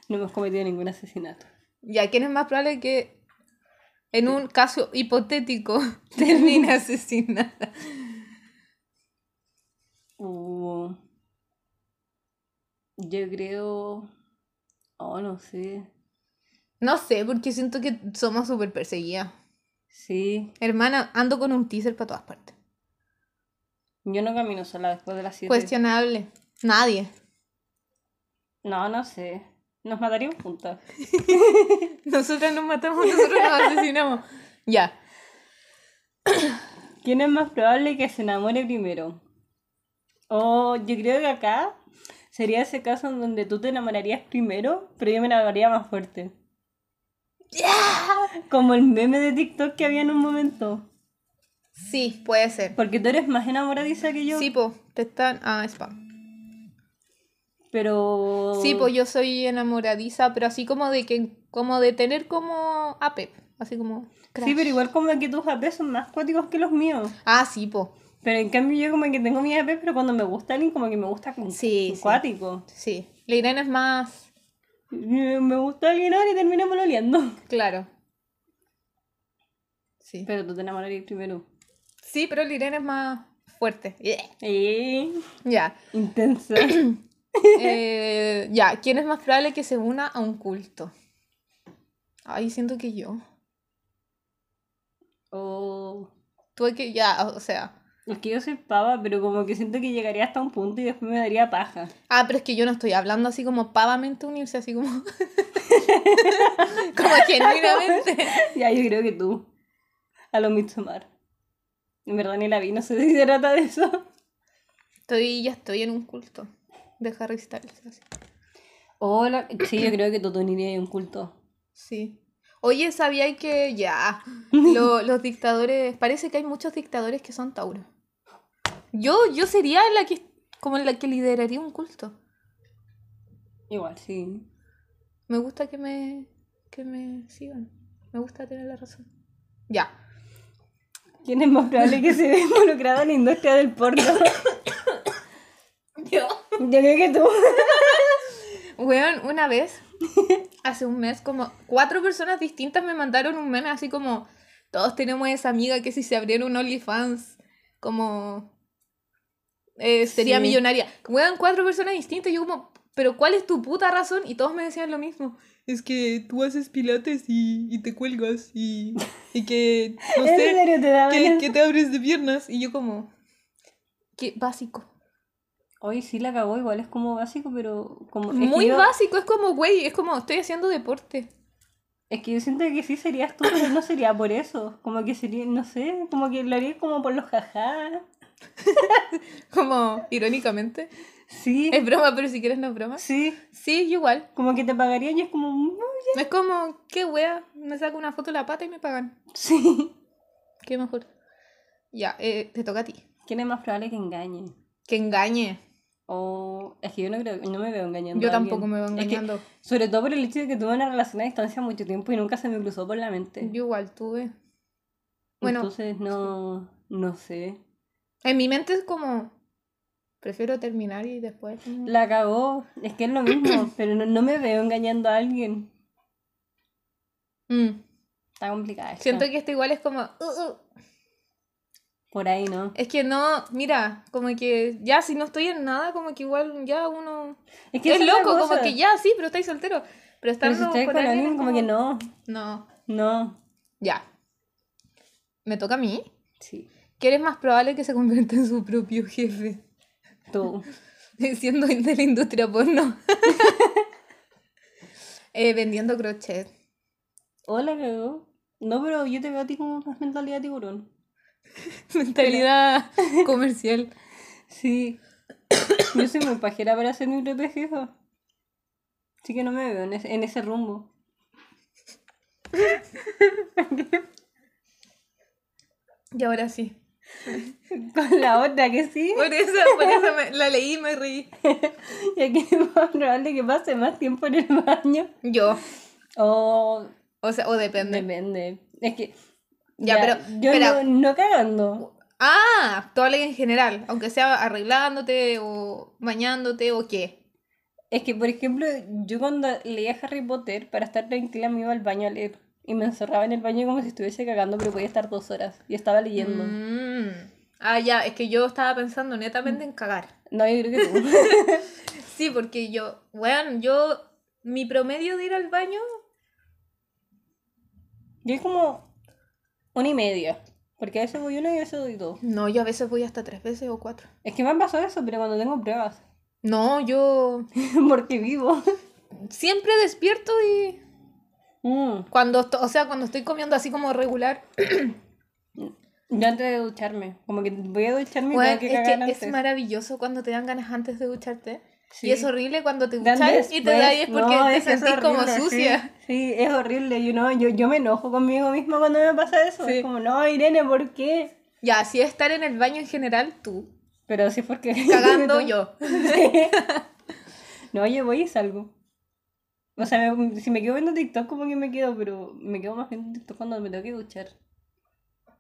Speaker 2: No hemos cometido ningún asesinato.
Speaker 1: Ya, ¿quién es más probable que en un caso hipotético termine asesinada?
Speaker 2: Uh, yo creo... Oh, no sé.
Speaker 1: No sé, porque siento que somos súper perseguidas.
Speaker 2: Sí.
Speaker 1: Hermana, ando con un teaser para todas partes.
Speaker 2: Yo no camino sola después de las 7.
Speaker 1: Pues Cuestionable. Nadie.
Speaker 2: No, no sé. Nos mataríamos juntas.
Speaker 1: Nosotras nos matamos, nosotros nos asesinamos. Ya.
Speaker 2: ¿Quién es más probable que se enamore primero? Oh, yo creo que acá sería ese caso en donde tú te enamorarías primero, pero yo me enamoraría más fuerte. Como el meme de TikTok que había en un momento.
Speaker 1: Sí, puede ser.
Speaker 2: Porque tú eres más enamoradiza que yo.
Speaker 1: Sí, po, te están. Ah, spam.
Speaker 2: Pero.
Speaker 1: Sí, po, yo soy enamoradiza, pero así como de que. como de tener como app. Así como.
Speaker 2: Sí, pero igual como que tus AP son más cuáticos que los míos.
Speaker 1: Ah, sí, po.
Speaker 2: Pero en cambio yo como que tengo mis AP, pero cuando me gusta alguien como que me gusta con
Speaker 1: Sí,
Speaker 2: con
Speaker 1: sí.
Speaker 2: cuático.
Speaker 1: Sí. La Irene es más.
Speaker 2: Eh, Me gusta alguien ahora y terminamos oleando.
Speaker 1: Claro. Sí.
Speaker 2: Pero tú te enamorarías primero.
Speaker 1: Sí, pero la Irene es más fuerte.
Speaker 2: Eh,
Speaker 1: Ya.
Speaker 2: intensa.
Speaker 1: Eh, ya, ¿quién es más probable que se una a un culto? Ay, siento que yo.
Speaker 2: o
Speaker 1: Tuve que, ya, o sea.
Speaker 2: Es que yo soy pava, pero como que siento que llegaría hasta un punto y después me daría paja.
Speaker 1: Ah, pero es que yo no estoy hablando así como pavamente unirse, así como. como genuinamente.
Speaker 2: ya, yo creo que tú. A lo Midsommar. En verdad ni la vi, no sé si se trata de eso.
Speaker 1: Estoy, ya estoy en un culto de Harry Styles. así.
Speaker 2: Hola. Sí, yo creo que tú te unirías a un culto.
Speaker 1: Sí. Oye, ¿sabía que ya lo- los dictadores, parece que hay muchos dictadores que son Tauro? Yo, yo sería la que, como la que lideraría un culto.
Speaker 2: Igual, sí.
Speaker 1: Me gusta que me, que me sigan. Me gusta tener la razón. Ya.
Speaker 2: ¿Quién es más probable que se vea involucrado en la industria del porno?
Speaker 1: Yo.
Speaker 2: Yo creo que tú.
Speaker 1: Weón, una vez, hace un mes, como cuatro personas distintas me mandaron un meme así como, todos tenemos esa amiga que si se abriera un OnlyFans, como, eh, sería
Speaker 2: Sí.
Speaker 1: millonaria. Weón, cuatro personas distintas, yo como, pero ¿cuál es tu puta razón? Y todos me decían lo mismo. Es que tú haces pilates y, y te cuelgas y, y que, no
Speaker 2: ¿En
Speaker 1: sé,
Speaker 2: serio te daban
Speaker 1: que,
Speaker 2: eso?
Speaker 1: que te abres de piernas. Y yo como, qué básico.
Speaker 2: Hoy sí la cagó, igual es como básico, pero como... es que
Speaker 1: Muy
Speaker 2: yo-
Speaker 1: básico, es como, güey, es como, estoy haciendo deporte.
Speaker 2: Es que yo siento que sí serías tú, pero no sería por eso. Como que sería, no sé, como que lo haría como por los jajá.
Speaker 1: Como irónicamente.
Speaker 2: Sí,
Speaker 1: Es broma, pero si quieres no es broma.
Speaker 2: sí.
Speaker 1: Sí, yo igual.
Speaker 2: Como que te pagarían y es como... "Mm,
Speaker 1: No es como, qué wea, me saco una foto de la pata y me pagan.
Speaker 2: Sí.
Speaker 1: Qué mejor. Ya, eh, te toca a ti.
Speaker 2: ¿Quién es más probable que engañe?
Speaker 1: Que engañe.
Speaker 2: O... Es que yo no creo, no me veo engañando
Speaker 1: Yo
Speaker 2: a alguien.
Speaker 1: tampoco me voy
Speaker 2: Es que,
Speaker 1: engañando.
Speaker 2: sobre todo por el hecho de que tuve una relación a distancia mucho tiempo y nunca se me cruzó por la mente.
Speaker 1: Yo igual tuve. Bueno,
Speaker 2: Entonces no... No sé.
Speaker 1: en mi mente es como, prefiero terminar y después... como-
Speaker 2: La cagó. Es que es lo mismo, pero no, no me veo engañando a alguien.
Speaker 1: Mm.
Speaker 2: Está complicada esta.
Speaker 1: Siento que esto igual es como... uh, uh.
Speaker 2: Por ahí, ¿no?
Speaker 1: Es que no, mira, como que ya si no estoy en nada, como que igual ya uno...
Speaker 2: Es,
Speaker 1: Es
Speaker 2: esa la
Speaker 1: loco,
Speaker 2: cosa.
Speaker 1: como que ya, sí, pero estáis soltero. Pero
Speaker 2: Pero
Speaker 1: estando
Speaker 2: si estoy
Speaker 1: con
Speaker 2: con
Speaker 1: alguien
Speaker 2: alguien,
Speaker 1: es
Speaker 2: como que no.
Speaker 1: No.
Speaker 2: No.
Speaker 1: Ya. ¿Me toca a mí?
Speaker 2: Sí.
Speaker 1: ¿Qué eres más probable que se convierta en su propio jefe?
Speaker 2: Tú.
Speaker 1: Siendo de la industria porno. Eh, vendiendo crochet.
Speaker 2: Hola, cagó. No, pero yo te veo a ti como más mentalidad de tiburón.
Speaker 1: Mentalidad comercial.
Speaker 2: Sí. Yo soy muy pajera para ser mi propia jefa. Así que no me veo en ese, en ese rumbo.
Speaker 1: Y ahora sí.
Speaker 2: Con la otra que sí.
Speaker 1: Por eso, por eso me- la leí y me reí.
Speaker 2: Y aquí es más probable que pase más tiempo en el baño.
Speaker 1: Yo.
Speaker 2: O
Speaker 1: O sea, o depende.
Speaker 2: Oh, depende. Es que.
Speaker 1: Ya, pero-
Speaker 2: Yo
Speaker 1: pero-
Speaker 2: no, no cagando.
Speaker 1: Ah, actuales en general. Aunque sea arreglándote o bañándote o qué.
Speaker 2: Es que, por ejemplo, yo cuando leía Harry Potter, para estar tranquila me iba al baño a leer. Y me encerraba en el baño como si estuviese cagando, pero podía estar dos horas. Y estaba leyendo.
Speaker 1: Mm. Ah, ya, es que yo estaba pensando netamente en cagar.
Speaker 2: No, yo creo que tú.
Speaker 1: Sí, porque yo, bueno, yo, mi promedio de ir al baño,
Speaker 2: Yo es como una y media. Porque a veces voy una y a veces doy dos.
Speaker 1: no, yo a veces voy hasta tres veces o cuatro.
Speaker 2: Es que me han pasado eso, pero cuando tengo pruebas.
Speaker 1: No, yo
Speaker 2: Porque vivo.
Speaker 1: siempre despierto y
Speaker 2: Mm.
Speaker 1: cuando, esto- o sea, cuando estoy comiendo así como regular,
Speaker 2: Yo antes de ducharme. Como que voy a ducharme
Speaker 1: bueno,
Speaker 2: y
Speaker 1: es
Speaker 2: tengo que
Speaker 1: que
Speaker 2: cagar
Speaker 1: es
Speaker 2: antes.
Speaker 1: maravilloso cuando te dan ganas antes de ducharte.
Speaker 2: Sí.
Speaker 1: Y es horrible cuando te
Speaker 2: Dan
Speaker 1: duchas y te
Speaker 2: después.
Speaker 1: da es porque
Speaker 2: No,
Speaker 1: te
Speaker 2: es que es
Speaker 1: sentís como
Speaker 2: horrible, sí.
Speaker 1: sucia.
Speaker 2: Sí, es horrible. You know, yo, yo me enojo conmigo misma cuando me pasa eso.
Speaker 1: Sí.
Speaker 2: Es como, no, Irene, ¿por qué?
Speaker 1: Ya, si es estar en el baño en general, tú.
Speaker 2: Pero sí es porque.
Speaker 1: Cagando yo.
Speaker 2: no, yo voy y salgo. O sea, me- si me quedo viendo TikTok, como que me quedo, pero me quedo más viendo TikTok cuando me tengo que duchar.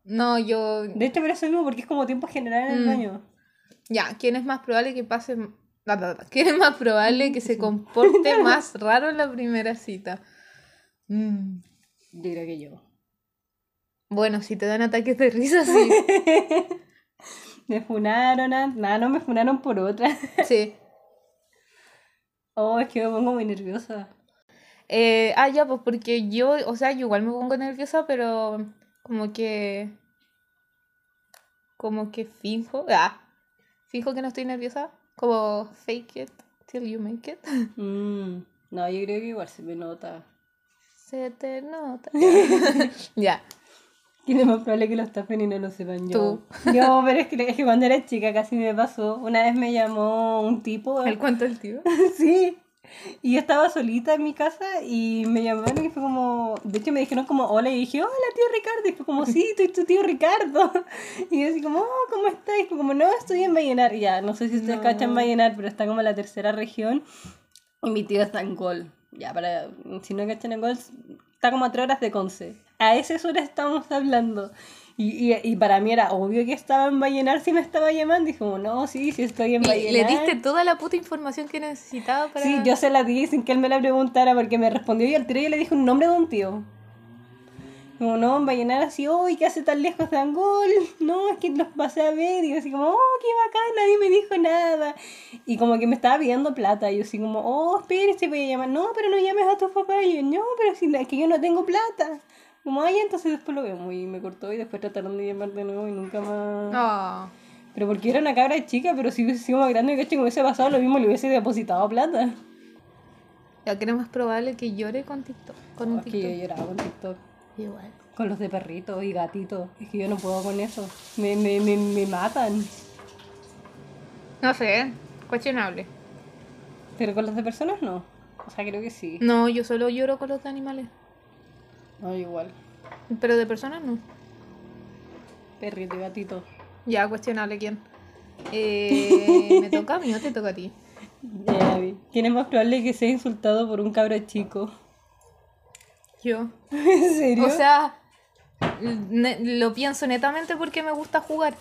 Speaker 1: No, yo.
Speaker 2: De hecho, pero eso mismo porque es como tiempo general en el
Speaker 1: Mm.
Speaker 2: baño.
Speaker 1: Ya, ¿quién es más probable que pase... la, la, la, ¿Quién es más probable que se comporte más raro en la primera cita? Mm,
Speaker 2: Yo creo que yo.
Speaker 1: Bueno, si te dan ataques de risa, sí.
Speaker 2: Me funaron, a... nada, no me funaron por otra.
Speaker 1: sí.
Speaker 2: Oh, es que me pongo muy nerviosa.
Speaker 1: Eh, ah, ya, pues porque yo, o sea, yo igual me pongo nerviosa, pero como que... Como que finjo. Ah, finjo que no estoy nerviosa. Como fake it till you make it.
Speaker 2: Mm, No, yo creo que igual se me nota.
Speaker 1: Se te nota. ya.
Speaker 2: ¿Quién es más probable que los tapen y no lo sepan yo?
Speaker 1: Tú.
Speaker 2: Yo, pero es que, es que cuando era chica casi me pasó. Una vez me llamó un tipo.
Speaker 1: ¿El cuento del tío?
Speaker 2: Sí. Y yo estaba solita en mi casa y me llamaron y fue como. De hecho, me dijeron como hola y dije, hola tío Ricardo. Y fue como, sí, soy tu tío Ricardo. Y yo así como, oh, ¿cómo estás? Y fue como, no, estoy en Vallenar. Y ya, no sé si ustedes
Speaker 1: No.
Speaker 2: cachan Vallenar, pero está como en la tercera región. Y mi tío está en Gol. Ya, para. Si no cachan en Gol, está como a tres horas de Conce. A esas horas estábamos hablando. Y, y, y para mí era obvio que estaba en Vallenar si me estaba llamando. Y como, no, sí, sí estoy en
Speaker 1: Le,
Speaker 2: Vallenar.
Speaker 1: le diste toda la puta información que necesitaba para.
Speaker 2: Sí, yo se la di sin que él me la preguntara porque me respondió y al tiro yo le dije un nombre de un tío. Como, no, va a llenar así, uy, ¿qué hace tan lejos de Angol? No, es que los pasé a ver. Y yo así como, oh, qué bacán, nadie me dijo nada. Y como que me estaba pidiendo plata. Y yo así como, oh, espérese, voy a llamar. No, pero no llames a tus papás. Y yo, no, pero si, no- es que yo no tengo plata. Como, ay, entonces después lo vemos. Y me cortó y después trataron de llamar de nuevo y nunca más.
Speaker 1: Ah,
Speaker 2: Pero porque era una cabra chica, pero si hubiese sido más grande, cacho, que me hubiese pasado lo mismo, le hubiese depositado plata.
Speaker 1: ya que era más probable que llore con TikTok. Con un
Speaker 2: Es que yo
Speaker 1: TikTok.
Speaker 2: lloraba con TikTok.
Speaker 1: Igual.
Speaker 2: Con los de perritos y gatitos. Es que yo no puedo con eso. Me, me, me, me matan.
Speaker 1: No sé, cuestionable.
Speaker 2: Pero con los de personas no. O sea, creo que sí.
Speaker 1: No, yo solo lloro con los de animales.
Speaker 2: No, igual.
Speaker 1: Pero de personas no.
Speaker 2: Perrito y gatito.
Speaker 1: Ya, cuestionable quién. Eh, ¿Me toca a mí o te toca a ti?
Speaker 2: Ya, ya vi. ¿Quién es más probable que sea insultado por un cabro chico?
Speaker 1: Yo.
Speaker 2: ¿En serio?
Speaker 1: O sea, ne- lo pienso netamente porque me gusta jugar.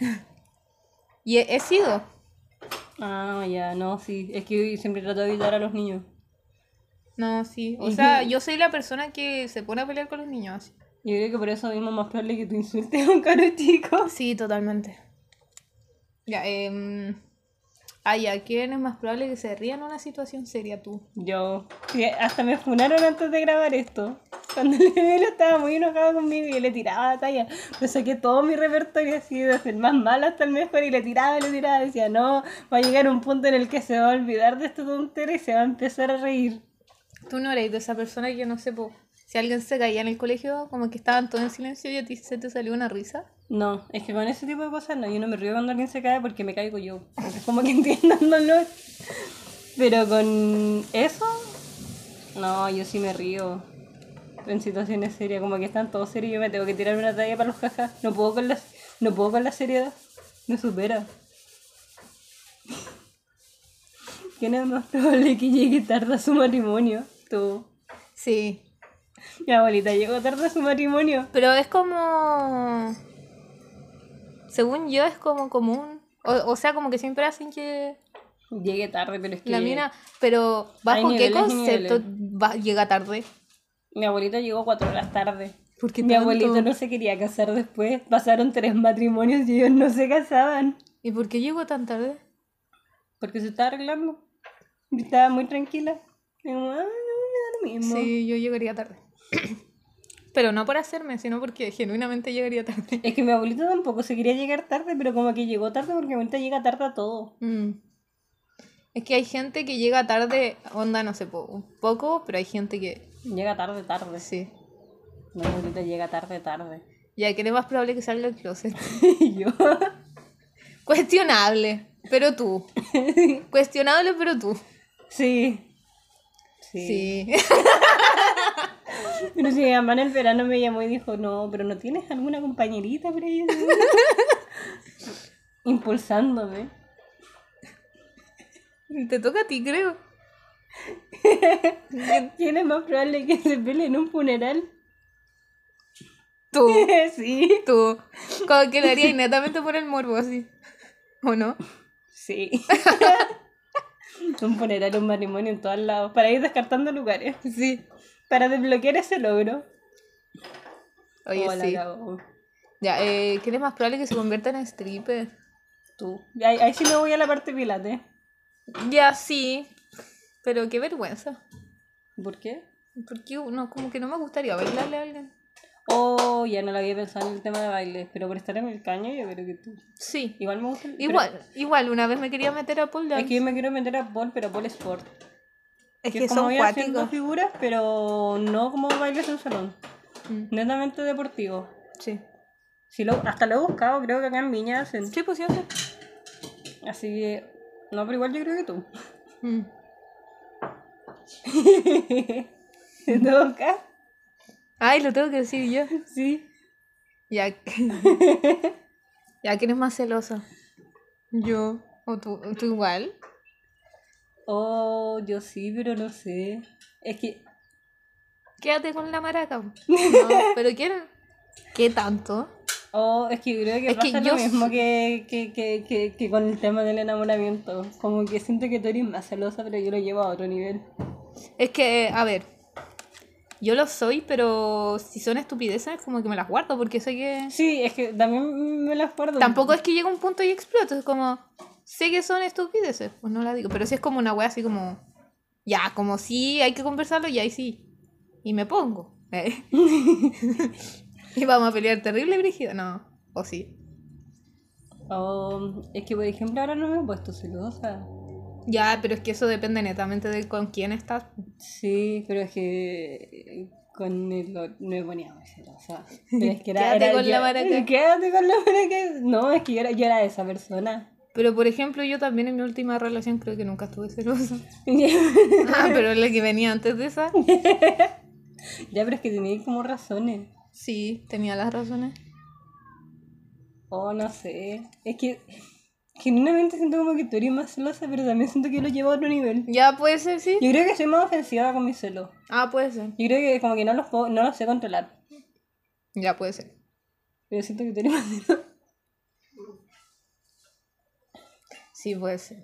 Speaker 1: Y he, he sido.
Speaker 2: Ah, ya, no, sí. Es que yo siempre trato de evitar a los niños.
Speaker 1: No, sí. O
Speaker 2: Ujú.
Speaker 1: sea, yo soy la persona que se pone a pelear con los niños. así.
Speaker 2: Yo creo que por eso mismo es más probable que tú insultes a un cabro chico.
Speaker 1: Sí, totalmente. Ya, eh, ay, ¿a quién es más probable que se ría en una situación seria tú?
Speaker 2: Yo. Sí, hasta me funaron antes de grabar esto. Cuando le vi, lo estaba muy enojado conmigo y yo le tiraba la talla. Me saqué todo mi repertorio así, desde el más malo hasta el mejor, y le tiraba, le tiraba. Decía, no, va a llegar un punto en el que se va a olvidar de esta tontera y se va a empezar a reír.
Speaker 1: Tú no eres de esa persona que no sé, po, si alguien se caía en el colegio, como que estaban todos en silencio y a ti se te salió una risa.
Speaker 2: No, es que con ese tipo de cosas no, yo no me río cuando alguien se cae porque me caigo yo. Es como que entiendan el dolor. Pero con eso, no, yo sí me río. En situaciones serias, como que están todos serios, yo me tengo que tirar una talla para los jajas. No puedo con la, no puedo con la seriedad. Me supera. ¿Quién es más probable que llegue tarde a su matrimonio? Tú.
Speaker 1: Sí.
Speaker 2: Mi abuelita llegó tarde a su matrimonio.
Speaker 1: Pero es como. Según yo, es como común. O, o sea, como que siempre hacen que
Speaker 2: Llegué tarde, pero es que.
Speaker 1: la mina. Pero, ¿bajo
Speaker 2: Hay
Speaker 1: qué
Speaker 2: niveles y
Speaker 1: concepto va- llega tarde?
Speaker 2: Mi abuelita llegó cuatro horas tarde.
Speaker 1: Porque
Speaker 2: Mi abuelito no se quería casar después. Pasaron tres matrimonios y ellos no se casaban.
Speaker 1: ¿Y por qué llegó tan tarde?
Speaker 2: Porque se estaba arreglando. Y Estaba muy tranquila. Y como, "Ah, no, me da lo mismo.
Speaker 1: Sí, yo llegaría tarde. pero no por hacerme, sino porque genuinamente llegaría tarde.
Speaker 2: Es que mi abuelito tampoco se quería llegar tarde, pero como que llegó tarde porque mi abuelita llega tarde a todo.
Speaker 1: Mm. Es que hay gente que llega tarde, onda, no sé, po- un poco, pero hay gente que.
Speaker 2: Llega tarde, tarde.
Speaker 1: Sí.
Speaker 2: Mi abuelita llega tarde, tarde.
Speaker 1: Ya que es más probable que salga del closet.
Speaker 2: y yo.
Speaker 1: Cuestionable, pero tú. Cuestionable, pero tú.
Speaker 2: Sí. Sí.
Speaker 1: Sí.
Speaker 2: Pero si mi mamá en el verano me llamó y dijo, no, pero no tienes alguna compañerita por ahí. Impulsándome.
Speaker 1: Te toca a ti, creo.
Speaker 2: ¿Quién es más probable que se pelee en un funeral?
Speaker 1: Tú.
Speaker 2: sí.
Speaker 1: Tú. Como que lo harías netamente por el morbo, así. ¿O no?
Speaker 2: Sí. un funeral, un matrimonio en todos lados. Para ir descartando lugares.
Speaker 1: Sí.
Speaker 2: Para desbloquear ese logro.
Speaker 1: Oye,
Speaker 2: Oh, la
Speaker 1: sí.
Speaker 2: cagó.
Speaker 1: Ya, eh, ¿qué es más probable que se convierta en stripper?
Speaker 2: Tú. Ahí, ahí sí me voy a la parte pilate.
Speaker 1: Ya, sí. Pero qué vergüenza.
Speaker 2: ¿Por qué?
Speaker 1: Porque uno, como que no me gustaría bailarle a alguien.
Speaker 2: Oh, ya no lo había pensado en el tema de bailes, pero por estar en el caño yo creo que tú.
Speaker 1: Sí.
Speaker 2: Igual me gusta. el- pero-
Speaker 1: Igual, igual, una vez me quería meter a pole dance.
Speaker 2: Es que yo me quiero meter a Paul, pero Paul Sport.
Speaker 1: Es
Speaker 2: Que
Speaker 1: que
Speaker 2: es como
Speaker 1: son
Speaker 2: ir haciendo
Speaker 1: cuáticos.
Speaker 2: figuras, pero no como bailes en salón.
Speaker 1: Mm,
Speaker 2: Netamente deportivo.
Speaker 1: Sí.
Speaker 2: Si lo, hasta lo he buscado, creo que acá en Viña hacen.
Speaker 1: Sí, pues sí, sí.
Speaker 2: Así que. No, pero igual yo creo que tú.
Speaker 1: Mm.
Speaker 2: ¿Te toca?
Speaker 1: Ay, lo tengo que decir yo.
Speaker 2: Sí.
Speaker 1: Ya. ya, ¿quién es más celosa? Yo. ¿O tú, tú igual?
Speaker 2: Oh, yo sí, pero no sé. Es que.
Speaker 1: Quédate con la maraca. po. No, pero ¿quién? ¿Qué tanto?
Speaker 2: Oh, es que yo creo que
Speaker 1: Es que
Speaker 2: pasa
Speaker 1: yo
Speaker 2: lo mismo que, que, que, que, que con el tema del enamoramiento. Como que siento que tú eres más celosa, pero yo lo llevo a otro nivel.
Speaker 1: Es que, a ver. Yo lo soy, pero si son estupideces, como que me las guardo, porque sé que.
Speaker 2: Sí, es que también me las acuerdo.
Speaker 1: Tampoco es que llega un punto y exploto, es como. Sé que son estupideces, pues no la digo. Pero si es como una wea así como. Ya, como sí, hay que conversarlo y ahí sí. Y me pongo. eh. y vamos a pelear terrible, Brígido. No, o sí.
Speaker 2: Oh, es que por ejemplo ahora no me he puesto celosa.
Speaker 1: Ya, pero es que eso depende netamente de con quién estás.
Speaker 2: Sí, pero es que eh, con el no me ponía muy celosa. Pero es que era,
Speaker 1: Quédate
Speaker 2: era-
Speaker 1: con la
Speaker 2: yo-
Speaker 1: maraca.
Speaker 2: Quédate con la maraca. No, es que yo era, yo era esa persona.
Speaker 1: Pero por ejemplo, yo también en mi última relación creo que nunca estuve celosa. Ah, pero la que venía antes de esa,
Speaker 2: ya, pero es que tenía como razones.
Speaker 1: sí, tenía las razones.
Speaker 2: Oh, no sé. Es que genuinamente siento como que tú eres más celosa, pero también siento que yo lo llevo a otro nivel.
Speaker 1: Ya puede ser, sí.
Speaker 2: Yo creo que soy más ofensiva con mis celos.
Speaker 1: Ah, puede ser.
Speaker 2: Yo creo que como que no los puedo- no los sé controlar.
Speaker 1: Ya puede ser.
Speaker 2: Pero siento que tú eres más celosa.
Speaker 1: Sí, puede ser.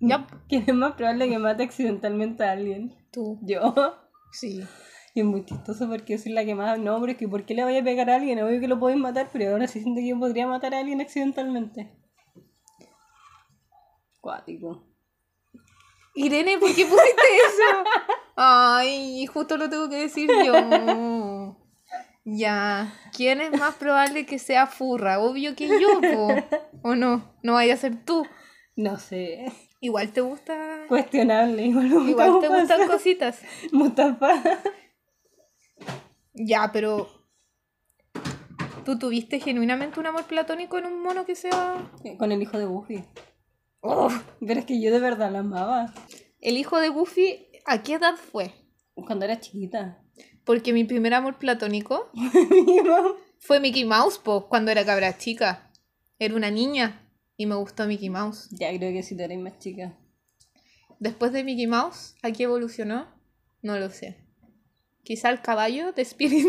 Speaker 1: Ya,
Speaker 2: ¿Quién es más probable que mate accidentalmente a alguien?
Speaker 1: tú.
Speaker 2: Yo.
Speaker 1: Sí.
Speaker 2: Y es muy chistoso porque yo soy la que más. No, pero es que ¿por qué le vaya a pegar a alguien? Obvio que lo podéis matar, pero ahora sí siento que yo podría matar a alguien accidentalmente. Cuático.
Speaker 1: Irene, ¿por qué pusiste eso? Ay, justo lo tengo que decir yo. Ya. ¿Quién es más probable que sea furra? Obvio que yo, po. ¿O no? No vaya a ser tú.
Speaker 2: No sé.
Speaker 1: Igual te gusta.
Speaker 2: Cuestionable. Igual, me
Speaker 1: Igual te
Speaker 2: Mustafa.
Speaker 1: gustan cositas.
Speaker 2: Mustafa.
Speaker 1: Ya, pero. ¿Tú tuviste genuinamente un amor platónico en un mono que sea.
Speaker 2: Eh, Con el hijo de Buffy.
Speaker 1: Oh,
Speaker 2: Pero es que yo de verdad la amaba.
Speaker 1: El hijo de Buffy, ¿a qué edad fue?
Speaker 2: Cuando era chiquita.
Speaker 1: Porque mi primer amor platónico fue Mickey Mouse, po, cuando era cabra chica. Era una niña y me gustó Mickey Mouse.
Speaker 2: ya creo que si tú eres más chica.
Speaker 1: Después de Mickey Mouse, ¿a qué evolucionó? No lo sé. Quizá el caballo de Spirit.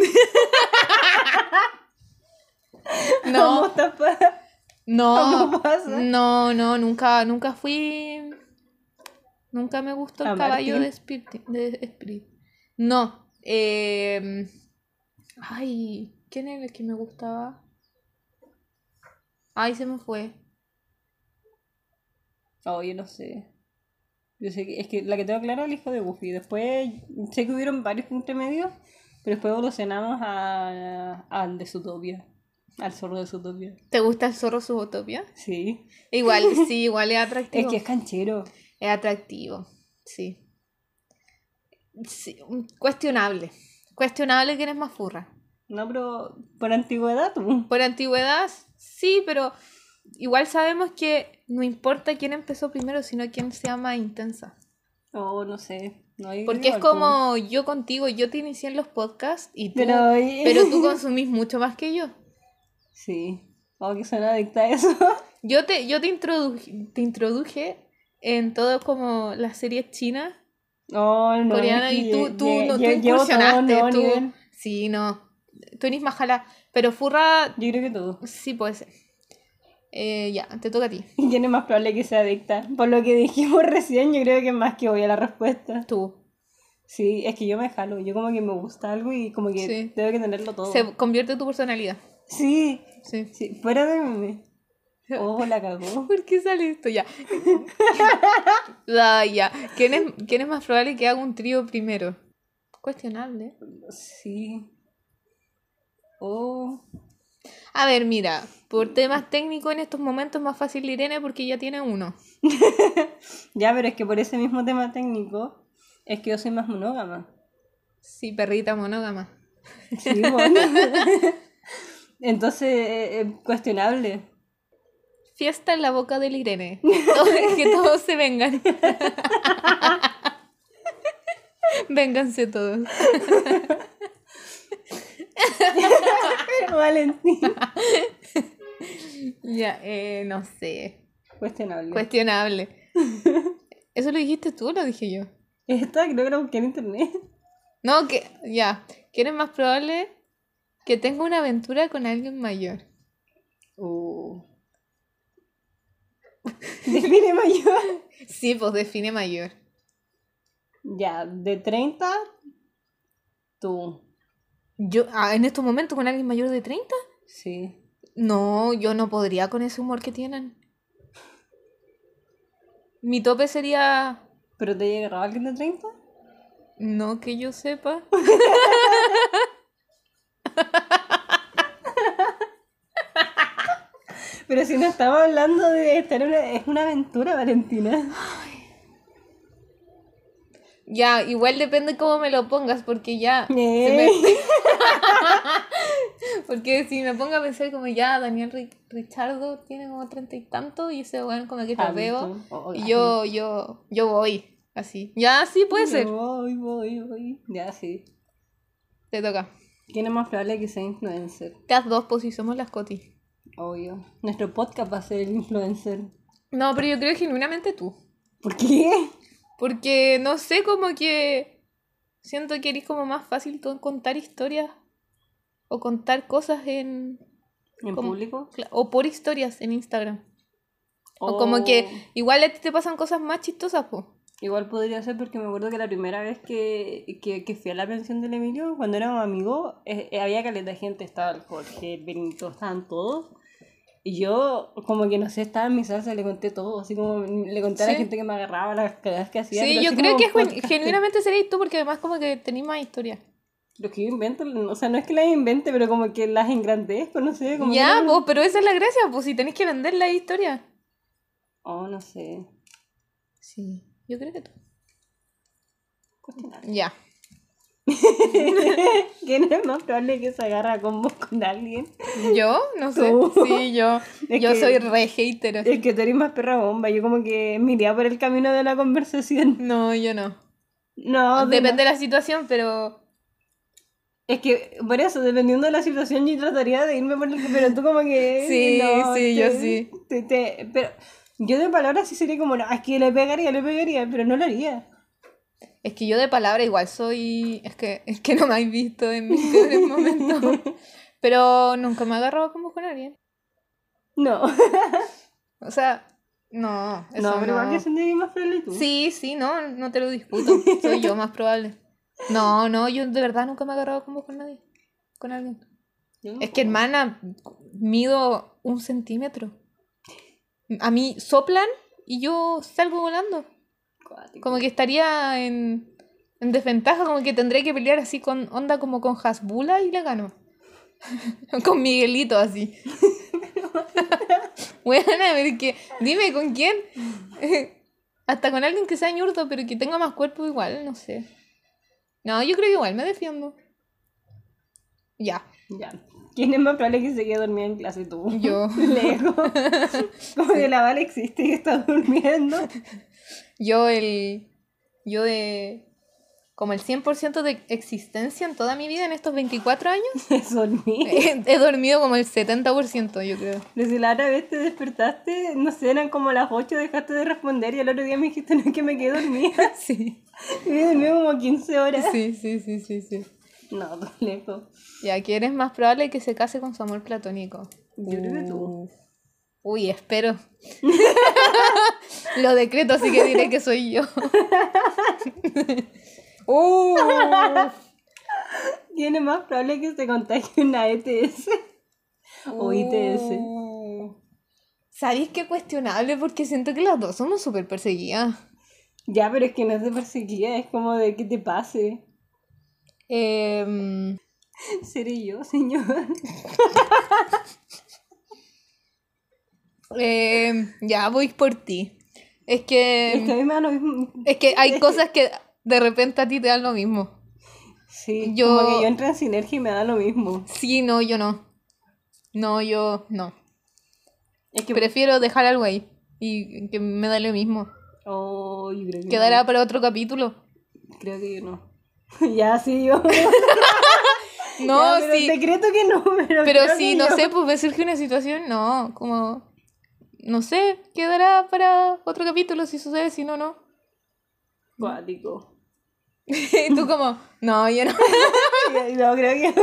Speaker 1: no,
Speaker 2: Mustafa.
Speaker 1: no,
Speaker 2: ¿Cómo pasa?
Speaker 1: no, no, nunca, nunca fui. Nunca me gustó
Speaker 2: ¿A
Speaker 1: el caballo
Speaker 2: Martín?
Speaker 1: de Spirit. De Spirit. No. eh, ay, ¿quién era el que me gustaba? Ay, se me fue.
Speaker 2: Oh, yo no sé. Yo sé que, es que la que tengo clara es el hijo de Buffy. Después sé que hubieron varios intermedios, pero después evolucionamos a, a de Zootopia. Al zorro de Zootopia.
Speaker 1: ¿Te gusta el zorro subotopia?
Speaker 2: Sí.
Speaker 1: Igual, sí, igual es atractivo.
Speaker 2: Es que es canchero.
Speaker 1: Es atractivo, sí. Sí, un- Cuestionable. Cuestionable quién es más furra.
Speaker 2: No, pero por antigüedad. tú.
Speaker 1: Por antigüedad, sí, pero igual sabemos que no importa quién empezó primero, sino quién sea más intensa.
Speaker 2: Oh, no sé. No hay
Speaker 1: Porque es
Speaker 2: igual, tú.
Speaker 1: como yo contigo, yo te inicié en los podcasts y tú,
Speaker 2: Pero,
Speaker 1: pero tú consumís mucho más que yo.
Speaker 2: Sí. Oh, que suena adicta a eso.
Speaker 1: Yo te, yo te introduje, te introduje en todo como las series chinas
Speaker 2: Oh, no.
Speaker 1: coreana
Speaker 2: es que
Speaker 1: y tú,
Speaker 2: lle-
Speaker 1: tú,
Speaker 2: lle-
Speaker 1: no, tú
Speaker 2: lle- llevo todo un
Speaker 1: incursionaste.
Speaker 2: nuevo
Speaker 1: tú-
Speaker 2: nivel.
Speaker 1: sí, no. Tú eres más jala. Pero Furra,
Speaker 2: Yo creo que todo.
Speaker 1: sí puede ser. Eh, ya, te toca a ti.
Speaker 2: ¿Quién es más probable que sea adicta? Por lo que dijimos recién, yo creo que más que obvia la respuesta.
Speaker 1: Tú.
Speaker 2: Sí, es que yo me jalo. Yo como que me gusta algo y como que
Speaker 1: Sí.
Speaker 2: tengo que tenerlo todo.
Speaker 1: Se convierte tu personalidad.
Speaker 2: Sí,
Speaker 1: Sí.
Speaker 2: sí, fuera de mí. Oh, la cagó.
Speaker 1: ¿Por qué sale esto? Ya. Ah, ya. ¿Quién es, ¿Quién es más probable que haga un trío primero? Cuestionable.
Speaker 2: Sí. Oh.
Speaker 1: A ver, mira, por temas técnicos en estos momentos es más fácil Irene porque ya tiene uno.
Speaker 2: Ya, pero es que por ese mismo tema técnico, es que yo soy más monógama.
Speaker 1: Sí, perrita monógama.
Speaker 2: Sí, bueno. Entonces, eh, eh, cuestionable.
Speaker 1: Fiesta en la boca del Irene. Todo- que todos se vengan. Vénganse todos.
Speaker 2: Valentín.
Speaker 1: Ya, eh, no sé.
Speaker 2: Cuestionable.
Speaker 1: Cuestionable. ¿Eso lo dijiste tú o lo dije yo?
Speaker 2: Esta creo que la busqué en internet.
Speaker 1: No, que ya. ¿Quién es más probable que tenga una aventura con alguien mayor?
Speaker 2: Oh. Define mayor.
Speaker 1: Sí, pues define mayor.
Speaker 2: Ya, de 30, tú.
Speaker 1: Yo, ah, en estos momentos con alguien mayor de 30?
Speaker 2: Sí.
Speaker 1: No, yo no podría con ese humor que tienen. Mi tope sería
Speaker 2: ¿Pero te llegaba alguien de 30?
Speaker 1: No que yo sepa.
Speaker 2: Pero si no estaba hablando de estar en una, es una aventura, Valentina.
Speaker 1: Ya, igual depende cómo me lo pongas, porque ya. se
Speaker 2: Eh.
Speaker 1: me- porque si me pongo a pensar como ya, Daniel Ri- Richardo tiene como treinta y tanto, y ese weón como que lo veo.
Speaker 2: Hamilton. Oh,
Speaker 1: Y yo, yo, yo voy. Así. Ya, sí, puede
Speaker 2: Yo
Speaker 1: ser.
Speaker 2: Voy, voy, voy. Ya, sí.
Speaker 1: Te toca.
Speaker 2: ¿Quién es más probable que sea influencer?
Speaker 1: Las dos, pues si somos las Coti.
Speaker 2: Obvio. Nuestro podcast va a ser el influencer.
Speaker 1: No, pero yo creo genuinamente tú.
Speaker 2: ¿Por qué?
Speaker 1: Porque no sé, como que siento que eres como más fácil tú en contar historias o contar cosas en
Speaker 2: ¿En
Speaker 1: ¿Cómo?
Speaker 2: público?
Speaker 1: cla- o por historias en Instagram. O como que
Speaker 2: Oh.
Speaker 1: igual a ti te pasan cosas más chistosas, po.
Speaker 2: Igual podría ser porque me acuerdo que la primera vez que, que, que fui a la pensión del Emilio, cuando éramos amigos, eh, eh, había caleta de gente, estaba el Jorge, el Benito, estaban todos. Y yo, como que no sé, estaba en mi salsa, le conté todo, así como le conté a
Speaker 1: Sí.
Speaker 2: la gente que me agarraba las cagadas que hacía.
Speaker 1: Sí,
Speaker 2: pero
Speaker 1: yo
Speaker 2: así
Speaker 1: creo
Speaker 2: como
Speaker 1: que gen-
Speaker 2: podcaster.
Speaker 1: genuinamente seréis tú porque además como que tenéis más historia.
Speaker 2: Lo que yo invento, o sea, no es que las invente, pero como que las engrandezco, no sé. Como
Speaker 1: Ya,
Speaker 2: que-
Speaker 1: pues, pero esa es la gracia, pues si tenéis que vender la historia.
Speaker 2: Oh, no sé.
Speaker 1: Sí, yo creo que tú.
Speaker 2: Cuestionar.
Speaker 1: Ya.
Speaker 2: ¿Quién es más probable que se agarra con vos con alguien?
Speaker 1: ¿Yo? No sé.
Speaker 2: Tú.
Speaker 1: Sí, yo.
Speaker 2: Es
Speaker 1: yo
Speaker 2: que-
Speaker 1: soy re hater. así.
Speaker 2: Es que tú eres más perra bomba. Yo como que me iría por el camino de la conversación.
Speaker 1: No, yo no.
Speaker 2: No, de-
Speaker 1: Depende de la situación, pero.
Speaker 2: Es que, por eso, dependiendo de la situación, yo trataría de irme por el... Pero tú como que...
Speaker 1: Sí, sí, yo sí.
Speaker 2: te- te- pero yo de palabras sí sería como, no, es que le pegaría, le pegaría, pero no lo haría.
Speaker 1: Es que yo de palabra igual soy. Es que, es que no me habéis visto en mis peores momentos. Pero nunca me he agarrado como con alguien.
Speaker 2: No.
Speaker 1: O sea, no. Eso
Speaker 2: no, pero igual
Speaker 1: no.
Speaker 2: que sentiría más probable tú.
Speaker 1: Sí, sí, no, no te lo discuto. Soy yo más probable. No, no, yo de verdad nunca me he agarrado como con nadie. Con alguien.
Speaker 2: Yo
Speaker 1: Es que, hermana, mido un centímetro. A mí soplan y yo salgo volando.
Speaker 2: Cuático.
Speaker 1: Como que estaría en, en desventaja, como que tendría que pelear así con onda como con Hasbula y le gano. con Miguelito así. bueno, a ver que dime con quién. Hasta con alguien que sea ñurdo, pero que tenga más cuerpo igual, no sé. No, yo creo que igual me defiendo. Ya.
Speaker 2: Ya. ¿Quién es más probable que se quede dormida en clase tú?
Speaker 1: Yo.
Speaker 2: Lejos. Como que la Vale existe y está durmiendo.
Speaker 1: Yo el... Yo de... Como el 100% de existencia en toda mi vida, en estos 24 años,
Speaker 2: Es dormir.
Speaker 1: he, he dormido como el 70%, yo creo.
Speaker 2: Pero si la otra vez te despertaste, no sé, eran como las 8, dejaste de responder y el otro día me dijiste, no, es que me quedé dormida.
Speaker 1: Sí.
Speaker 2: Y me dormí como 15 horas.
Speaker 1: Sí, sí, sí, sí, sí.
Speaker 2: No, tú lejos.
Speaker 1: Ya, ¿quién es más probable que se case con su amor platónico?
Speaker 2: Yo creo que
Speaker 1: Mm.
Speaker 2: tú.
Speaker 1: Uy, espero. Lo decreto, así que diré que soy yo. Uh.
Speaker 2: ¿Quién es más probable que se contagie una E ETS? O ITS.
Speaker 1: Uh. ¿Sabéis qué cuestionable? Porque siento que las dos somos súper perseguidas.
Speaker 2: Ya, pero es que no es de perseguida, es como de que te pase.
Speaker 1: Em,
Speaker 2: Seré yo, señor.
Speaker 1: em, ya voy por ti. Es
Speaker 2: Es que a
Speaker 1: que,
Speaker 2: mí me da lo mismo.
Speaker 1: es que hay cosas que de repente a ti te dan lo mismo.
Speaker 2: Sí,
Speaker 1: Yo-
Speaker 2: como que yo entro en sinergia y me da lo mismo.
Speaker 1: Sí, no, yo no. No, yo no.
Speaker 2: Es que...
Speaker 1: Prefiero dejar algo ahí y que me da lo mismo.
Speaker 2: Oh, yo creo que
Speaker 1: Quedará para otro capítulo.
Speaker 2: no. Creo que yo no. ya, sí, yo.
Speaker 1: No,
Speaker 2: Ya, pero
Speaker 1: sí.
Speaker 2: Decreto que no, pero.
Speaker 1: Pero
Speaker 2: creo
Speaker 1: sí,
Speaker 2: que
Speaker 1: no
Speaker 2: yo.
Speaker 1: sé, pues me surge una situación, no, como. No sé, quedará para otro capítulo si sucede, si no, no.
Speaker 2: Cuático.
Speaker 1: Y tú, como, no, yo no.
Speaker 2: Ya, no, creo que.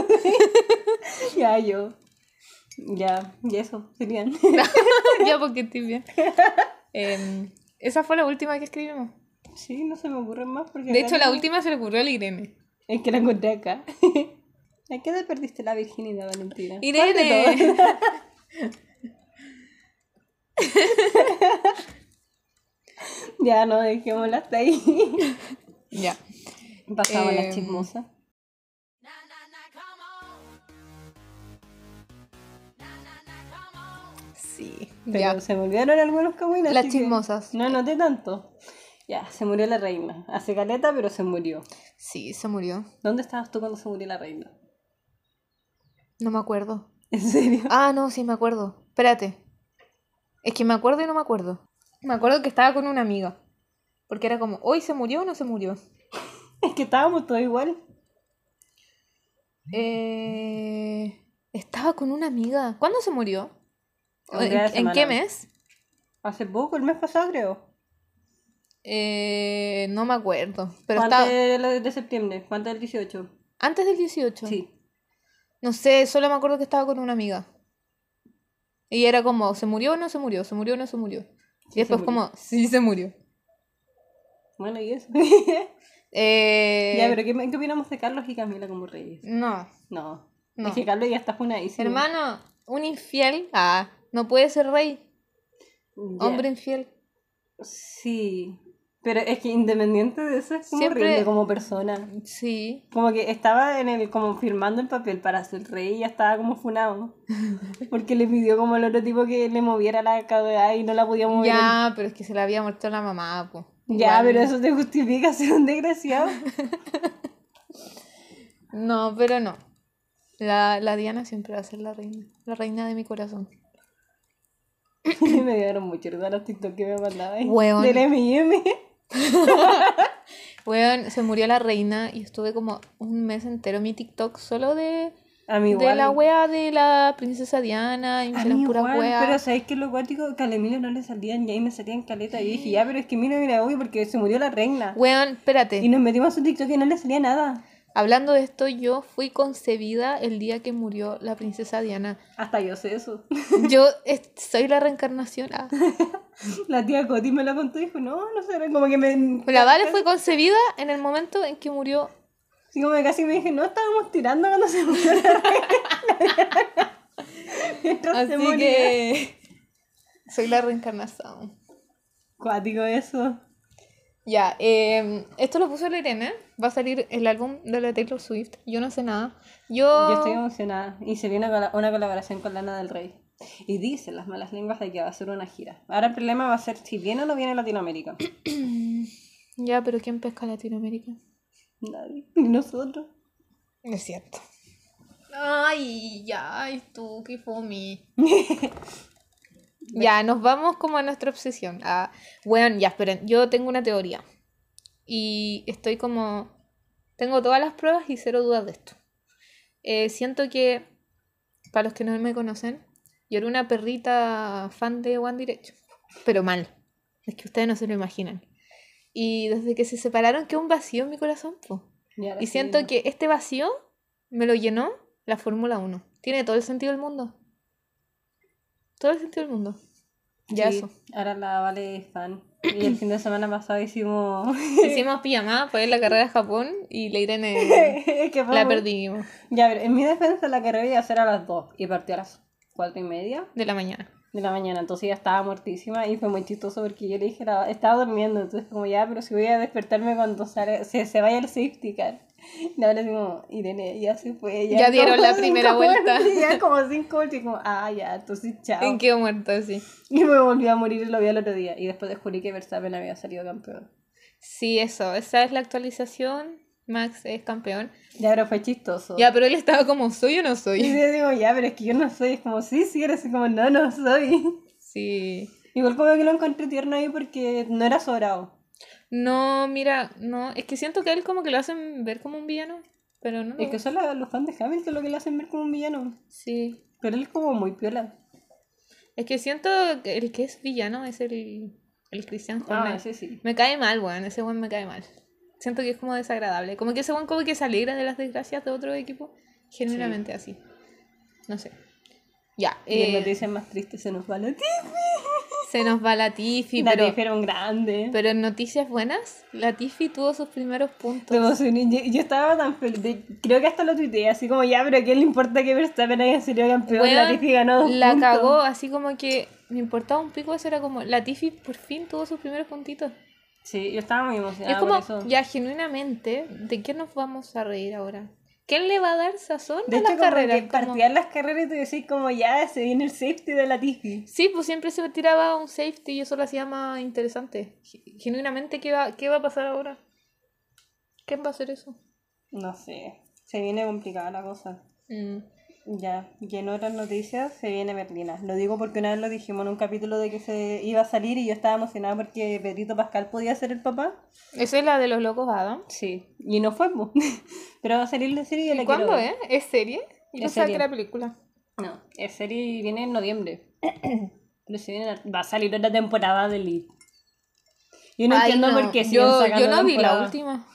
Speaker 2: ya, yo. Ya, y eso, serían.
Speaker 1: ya, porque estoy bien. Em, esa fue la última que escribimos.
Speaker 2: sí, no se me ocurren más porque.
Speaker 1: De hecho, la
Speaker 2: realmente-
Speaker 1: última se le ocurrió a la Irene.
Speaker 2: Es que la encontré acá. ¿A qué edad perdiste la virginidad, Valentina? ¿Cuál de
Speaker 1: ¡Irene!
Speaker 2: todas? ya, no, dejémosla hasta ahí.
Speaker 1: ya.
Speaker 2: Pasaba
Speaker 1: Em,
Speaker 2: la chismosa.
Speaker 1: Sí.
Speaker 2: Pero
Speaker 1: ya.
Speaker 2: se me olvidaron algunos caminos.
Speaker 1: Las chismosas.
Speaker 2: No noté tanto. Ya, se murió la reina. Hace caleta, pero se murió.
Speaker 1: Sí, se murió.
Speaker 2: ¿Dónde estabas tú cuando se murió la reina?
Speaker 1: No me acuerdo.
Speaker 2: ¿En serio?
Speaker 1: Ah, no, sí, me acuerdo. Espérate. Es que me acuerdo y no me acuerdo. Me acuerdo que estaba con una amiga. Porque era como, ¿hoy se murió o no se murió?
Speaker 2: Es que estábamos todos igual.
Speaker 1: Eh, estaba con una amiga. ¿Cuándo se murió?
Speaker 2: Un
Speaker 1: ¿En,
Speaker 2: día de
Speaker 1: en
Speaker 2: semana.
Speaker 1: qué mes?
Speaker 2: Hace poco, el mes pasado creo.
Speaker 1: Eh, no me acuerdo. Pero
Speaker 2: ¿Cuánto
Speaker 1: estaba
Speaker 2: de, la- de septiembre? ¿Cuánto del 18?
Speaker 1: antes del 18.
Speaker 2: Sí.
Speaker 1: No sé, solo me acuerdo que estaba con una amiga. Y era como, ¿se murió o no se murió? ¿Se murió o no se murió? y
Speaker 2: se
Speaker 1: después
Speaker 2: murió.
Speaker 1: como, sí se murió.
Speaker 2: Bueno, y eso.
Speaker 1: Eh,
Speaker 2: ya, pero ¿qué, qué opinamos de Carlos y Camila como reyes?
Speaker 1: No,
Speaker 2: No.
Speaker 1: no.
Speaker 2: Es que Carlos ya está funadísimo.
Speaker 1: Hermano, un infiel. Ah, No puede ser rey,
Speaker 2: Ya.
Speaker 1: hombre infiel.
Speaker 2: Sí. Pero es que independiente de eso es como
Speaker 1: Siempre-
Speaker 2: horrible como persona.
Speaker 1: Sí.
Speaker 2: Como que estaba en el, como firmando el papel para ser rey y ya estaba como funado. Porque le pidió como al otro tipo que le moviera la cabeza y no la podía mover.
Speaker 1: Ya, pero es que se le había muerto la mamá, pues.
Speaker 2: Ya, pero eso te justifica ser un desgraciado.
Speaker 1: No, pero no. La, la Diana siempre va a ser la reina. La reina de mi corazón.
Speaker 2: me dieron mucho risa los TikTok que me mandaban.
Speaker 1: Weón.
Speaker 2: Del M&M.
Speaker 1: Weón, se murió la reina y estuve como un mes entero en mi TikTok solo de,
Speaker 2: A mí igual.
Speaker 1: de la wea de la princesa Diana y me
Speaker 2: A
Speaker 1: hicieron
Speaker 2: mí
Speaker 1: puras
Speaker 2: igual,
Speaker 1: weas.
Speaker 2: pero sabéis que lo cuático que a la Emilio no le salían y ahí me salían caleta. Y yo dije, ya, pero es que mira, mira, obvio, porque se murió la reina.
Speaker 1: Weón, espérate.
Speaker 2: Y nos metimos a su TikTok y no le salía nada.
Speaker 1: Hablando de esto, yo fui concebida el día que murió la princesa Diana.
Speaker 2: Hasta yo sé eso.
Speaker 1: Yo es- soy la reencarnación. ah.
Speaker 2: La tía Coti me la contó y dijo, no, no sé, era como que me...
Speaker 1: La Vale fue concebida en el momento en que murió.
Speaker 2: Así como que casi me dije, no, estábamos tirando cuando se murió la reina. Mientras se
Speaker 1: Así
Speaker 2: moría.
Speaker 1: que soy la reencarnación.
Speaker 2: Cuático eso.
Speaker 1: Ya, eh, esto lo puso la Irene. Va a salir el álbum de la Taylor Swift. Yo no sé nada. Yo,
Speaker 2: Yo estoy emocionada. Y se viene una, una colaboración con Lana del Rey. Y dicen las malas lenguas de que va a ser una gira. Ahora el problema va a ser si viene o no viene a Latinoamérica.
Speaker 1: Ya, pero ¿quién pesca Latinoamérica?
Speaker 2: Nadie. Ni nosotros.
Speaker 1: Es cierto. Ay, ya, ay, tú, qué fome. ya, nos vamos como a nuestra obsesión. Ah, bueno, ya, esperen, yo tengo una teoría. Y estoy como... Tengo todas las pruebas y cero dudas de esto. Eh, siento que, para los que no me conocen, yo era una perrita fan de One Direction. Pero mal. Es que ustedes no se lo imaginan. Y desde que se separaron quedó un vacío en mi corazón. po.
Speaker 2: ahora
Speaker 1: Y
Speaker 2: sí
Speaker 1: siento
Speaker 2: viene.
Speaker 1: que este vacío me lo llenó la Fórmula 1. Tiene todo el sentido del mundo. Todo el sentido del mundo. Ya
Speaker 2: Sí,
Speaker 1: eso.
Speaker 2: Ahora la Vale es fan. Y el fin de semana pasado hicimos...
Speaker 1: Hicimos pijamada para ir a la carrera a Japón y la Irene
Speaker 2: que fue
Speaker 1: la
Speaker 2: muy-
Speaker 1: perdimos
Speaker 2: Ya, pero en mi defensa la carrera iba a ser a las 2 y partió a las 4 y media
Speaker 1: de la mañana.
Speaker 2: de la mañana, entonces ya estaba muertísima y fue muy chistoso porque yo le dije, la- estaba durmiendo, entonces como ya, pero si voy a despertarme cuando sale- se, se vaya el safety car. Y ahora es como, Irene, ya se fue.
Speaker 1: Ya dieron
Speaker 2: como
Speaker 1: la primera
Speaker 2: cinco
Speaker 1: vuelta.
Speaker 2: vueltas, ya como cinco vueltas y como, ah, ya, entonces chao.
Speaker 1: En quedó muerto así.
Speaker 2: Y me volví a morir y lo vi al otro día y después descubrí que Verstappen había salido campeón.
Speaker 1: Sí, eso. Esa es la actualización. Max es campeón.
Speaker 2: Ya, pero fue chistoso.
Speaker 1: Ya, pues. pero él estaba como, ¿soy o no
Speaker 2: Y
Speaker 1: soy?
Speaker 2: yo digo, ya, pero es que yo no soy, es como, sí, sí, eres y como, no, no soy.
Speaker 1: Sí.
Speaker 2: Igual como que lo encontré tierno ahí porque no era sobrado.
Speaker 1: No, mira, no. Es que siento que a él como que lo hacen ver como un villano. Pero no.
Speaker 2: Es que son la- los fans de Hamilton lo que le hacen ver como un villano.
Speaker 1: Sí.
Speaker 2: Pero él es como muy piola.
Speaker 1: Es que siento que el que es villano es el, el Christian Horner.
Speaker 2: Ah, sí.
Speaker 1: Me cae mal, weón. Ese weón me cae mal. Siento que es como desagradable. Como que ese weón como que se alegra de las desgracias de otro equipo. Generalmente así. No sé. Ya.
Speaker 2: Y en
Speaker 1: eh,
Speaker 2: noticias más tristes se nos va la tifa.
Speaker 1: se nos va Latifi,
Speaker 2: la
Speaker 1: pero,
Speaker 2: tifa era un grande.
Speaker 1: pero en noticias buenas, Latifi tuvo sus primeros puntos.
Speaker 2: Tuvo su- yo, yo estaba tan feliz. de- Creo que hasta lo tuiteé, así como ya, pero ¿a quién le importa que Verstappen haya sido campeón?
Speaker 1: Weón,
Speaker 2: la tifa ganó dos
Speaker 1: la
Speaker 2: puntos.
Speaker 1: cagó, así como que me importaba un pico. Eso era como, Latifi por fin tuvo sus primeros puntitos.
Speaker 2: Sí, yo estaba muy
Speaker 1: Y
Speaker 2: emocionada
Speaker 1: es como,
Speaker 2: Ah, por eso.
Speaker 1: ya genuinamente, ¿de qué nos vamos a reír ahora? ¿Quién le va a dar sazón
Speaker 2: de
Speaker 1: a
Speaker 2: hecho,
Speaker 1: las
Speaker 2: como
Speaker 1: carreras?
Speaker 2: que
Speaker 1: Como-
Speaker 2: partían las carreras y tú decís como ya, se viene el safety de la tifa.
Speaker 1: Sí, pues siempre se tiraba un safety y eso lo hacía más interesante. Ge- Genuinamente, ¿qué va, qué va a pasar ahora? ¿Quién va a hacer eso?
Speaker 2: No sé, se viene complicada la cosa.
Speaker 1: Mm.
Speaker 2: Ya, y en otras noticias se viene Merlina. Lo digo porque una vez lo dijimos en un capítulo de que se iba a salir y yo estaba emocionada porque Pedrito Pascal podía ser el papá.
Speaker 1: Esa es la de los locos Adam.
Speaker 2: Sí. Y no fue, po. pero va a salir la serie y yo
Speaker 1: ¿Y
Speaker 2: la
Speaker 1: cuándo,
Speaker 2: quiero ver.
Speaker 1: eh? ¿Es serie? Yo
Speaker 2: Es
Speaker 1: pensaba que
Speaker 2: serie.
Speaker 1: era película.
Speaker 2: No, la serie viene en noviembre. pero se viene la- va a salir otra temporada de Elite. Yo no
Speaker 1: Ay,
Speaker 2: entiendo por qué siguen
Speaker 1: Yo,
Speaker 2: sacando
Speaker 1: yo no vi la
Speaker 2: temporadas.
Speaker 1: última.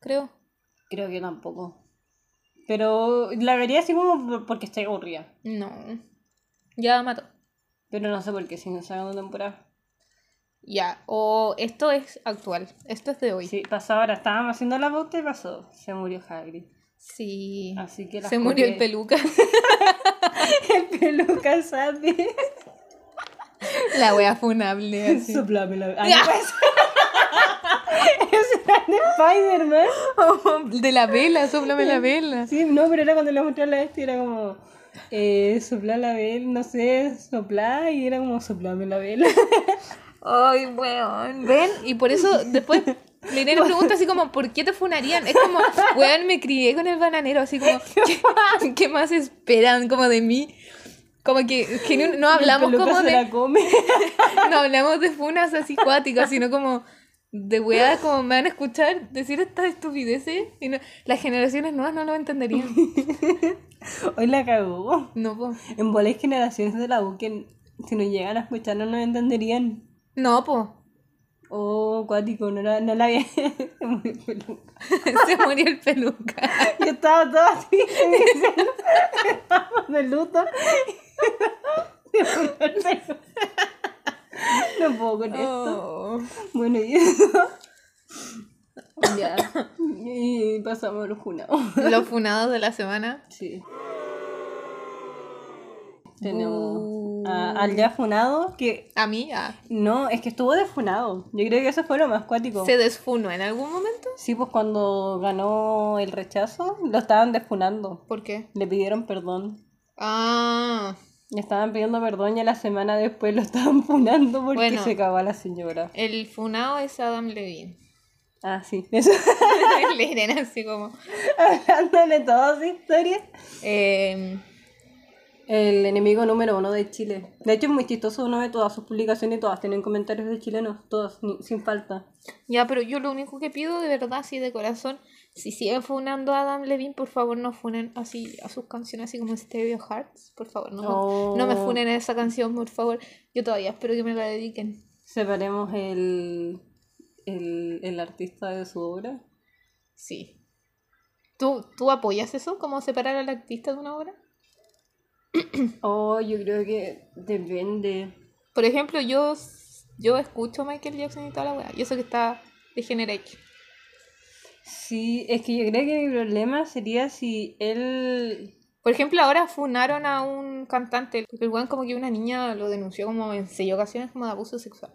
Speaker 1: Creo.
Speaker 2: Creo que tampoco. Pero la vería así como por- porque estoy aburrida.
Speaker 1: No. Ya mató.
Speaker 2: Pero no sé por qué siguen sacando temporadas.
Speaker 1: Ya. O esto es actual. Esto es de hoy.
Speaker 2: Sí, pasó ahora, estábamos haciendo la bota y pasó. Se murió Hagrid.
Speaker 1: Sí.
Speaker 2: Así que las
Speaker 1: Se murió el
Speaker 2: copié.
Speaker 1: peluca.
Speaker 2: el peluca sabe.
Speaker 1: La wea funable. así.
Speaker 2: Soplame la. Ah,
Speaker 1: Ya.
Speaker 2: no puede ser. Eso era de Spider-Man.
Speaker 1: De la vela, soplame la vela.
Speaker 2: Sí, no, pero era cuando le mostré a la bestia, era como. Eh, soplar la vela, no sé, soplar, y era como soplame la vela.
Speaker 1: Ay, weón. ¿Ven? Y por eso después Irene pregunta así como, ¿por qué te funarían? Es como, weón, me crié con el bananero, así como, ¿qué, qué más esperan como de mí? Como que, que no, no hablamos
Speaker 2: El peluca
Speaker 1: como
Speaker 2: se
Speaker 1: de,
Speaker 2: la come.
Speaker 1: no hablamos de funas así cuáticas, sino como de weá, como me van a escuchar decir estas estupideces y no- las generaciones nuevas no lo entenderían.
Speaker 2: Hoy la cagó.
Speaker 1: No, po.
Speaker 2: En bolas generaciones de la U que si nos llegan a escuchar no nos entenderían.
Speaker 1: No, po.
Speaker 2: Oh, cuático, no la, no la había. Muy peluca.
Speaker 1: Se murió el peluca.
Speaker 2: Yo estaba toda así. Estábamos de luto. Se murió el peluca. No puedo con esto.
Speaker 1: Oh.
Speaker 2: Bueno, y eso.
Speaker 1: Ya.
Speaker 2: Y pasamos a los junados.
Speaker 1: Los funados de la semana.
Speaker 2: Sí.
Speaker 1: Uh.
Speaker 2: Tenemos a- al ya funado, que
Speaker 1: A mí, ah,
Speaker 2: no, es que estuvo defunado. Yo creo que eso fue lo más cuático.
Speaker 1: se desfunó en algún momento.
Speaker 2: Sí, pues cuando ganó el rechazo, lo estaban despunando.
Speaker 1: ¿Por qué?
Speaker 2: Le pidieron perdón.
Speaker 1: Ah,
Speaker 2: Le estaban pidiendo perdón y a la semana después lo estaban funando porque
Speaker 1: Bueno.
Speaker 2: se cagó a la señora.
Speaker 1: el funado es Adam Levine.
Speaker 2: Ah, sí. Eso,
Speaker 1: Le dirán así como.
Speaker 2: hablándole todas sus historias.
Speaker 1: eh,
Speaker 2: El enemigo número uno de Chile. De hecho, es muy chistoso uno de todas sus publicaciones y todas tienen comentarios de chilenos, todas, ni- sin falta.
Speaker 1: ya, pero yo lo único que pido, de verdad, así de corazón, si siguen funando a Adam Levine, por favor no funen así a sus canciones, así como Stereo Hearts. Por favor, no,
Speaker 2: Oh.
Speaker 1: no me funen a esa canción, por favor. Yo todavía espero que me la dediquen.
Speaker 2: Separemos el, el, el artista de su obra.
Speaker 1: Sí. ¿Tú, ¿Tú apoyas eso? ¿Como separar al artista de una obra?
Speaker 2: Oh, yo creo que depende.
Speaker 1: Por ejemplo, yo, yo escucho a Michael Jackson y toda la weá. Y eso que está de Generate.
Speaker 2: Sí, es que yo creo que mi problema sería si él...
Speaker 1: Por ejemplo, ahora funaron a un cantante. Porque el weón como que una niña lo denunció como en seis ocasiones como de abuso sexual.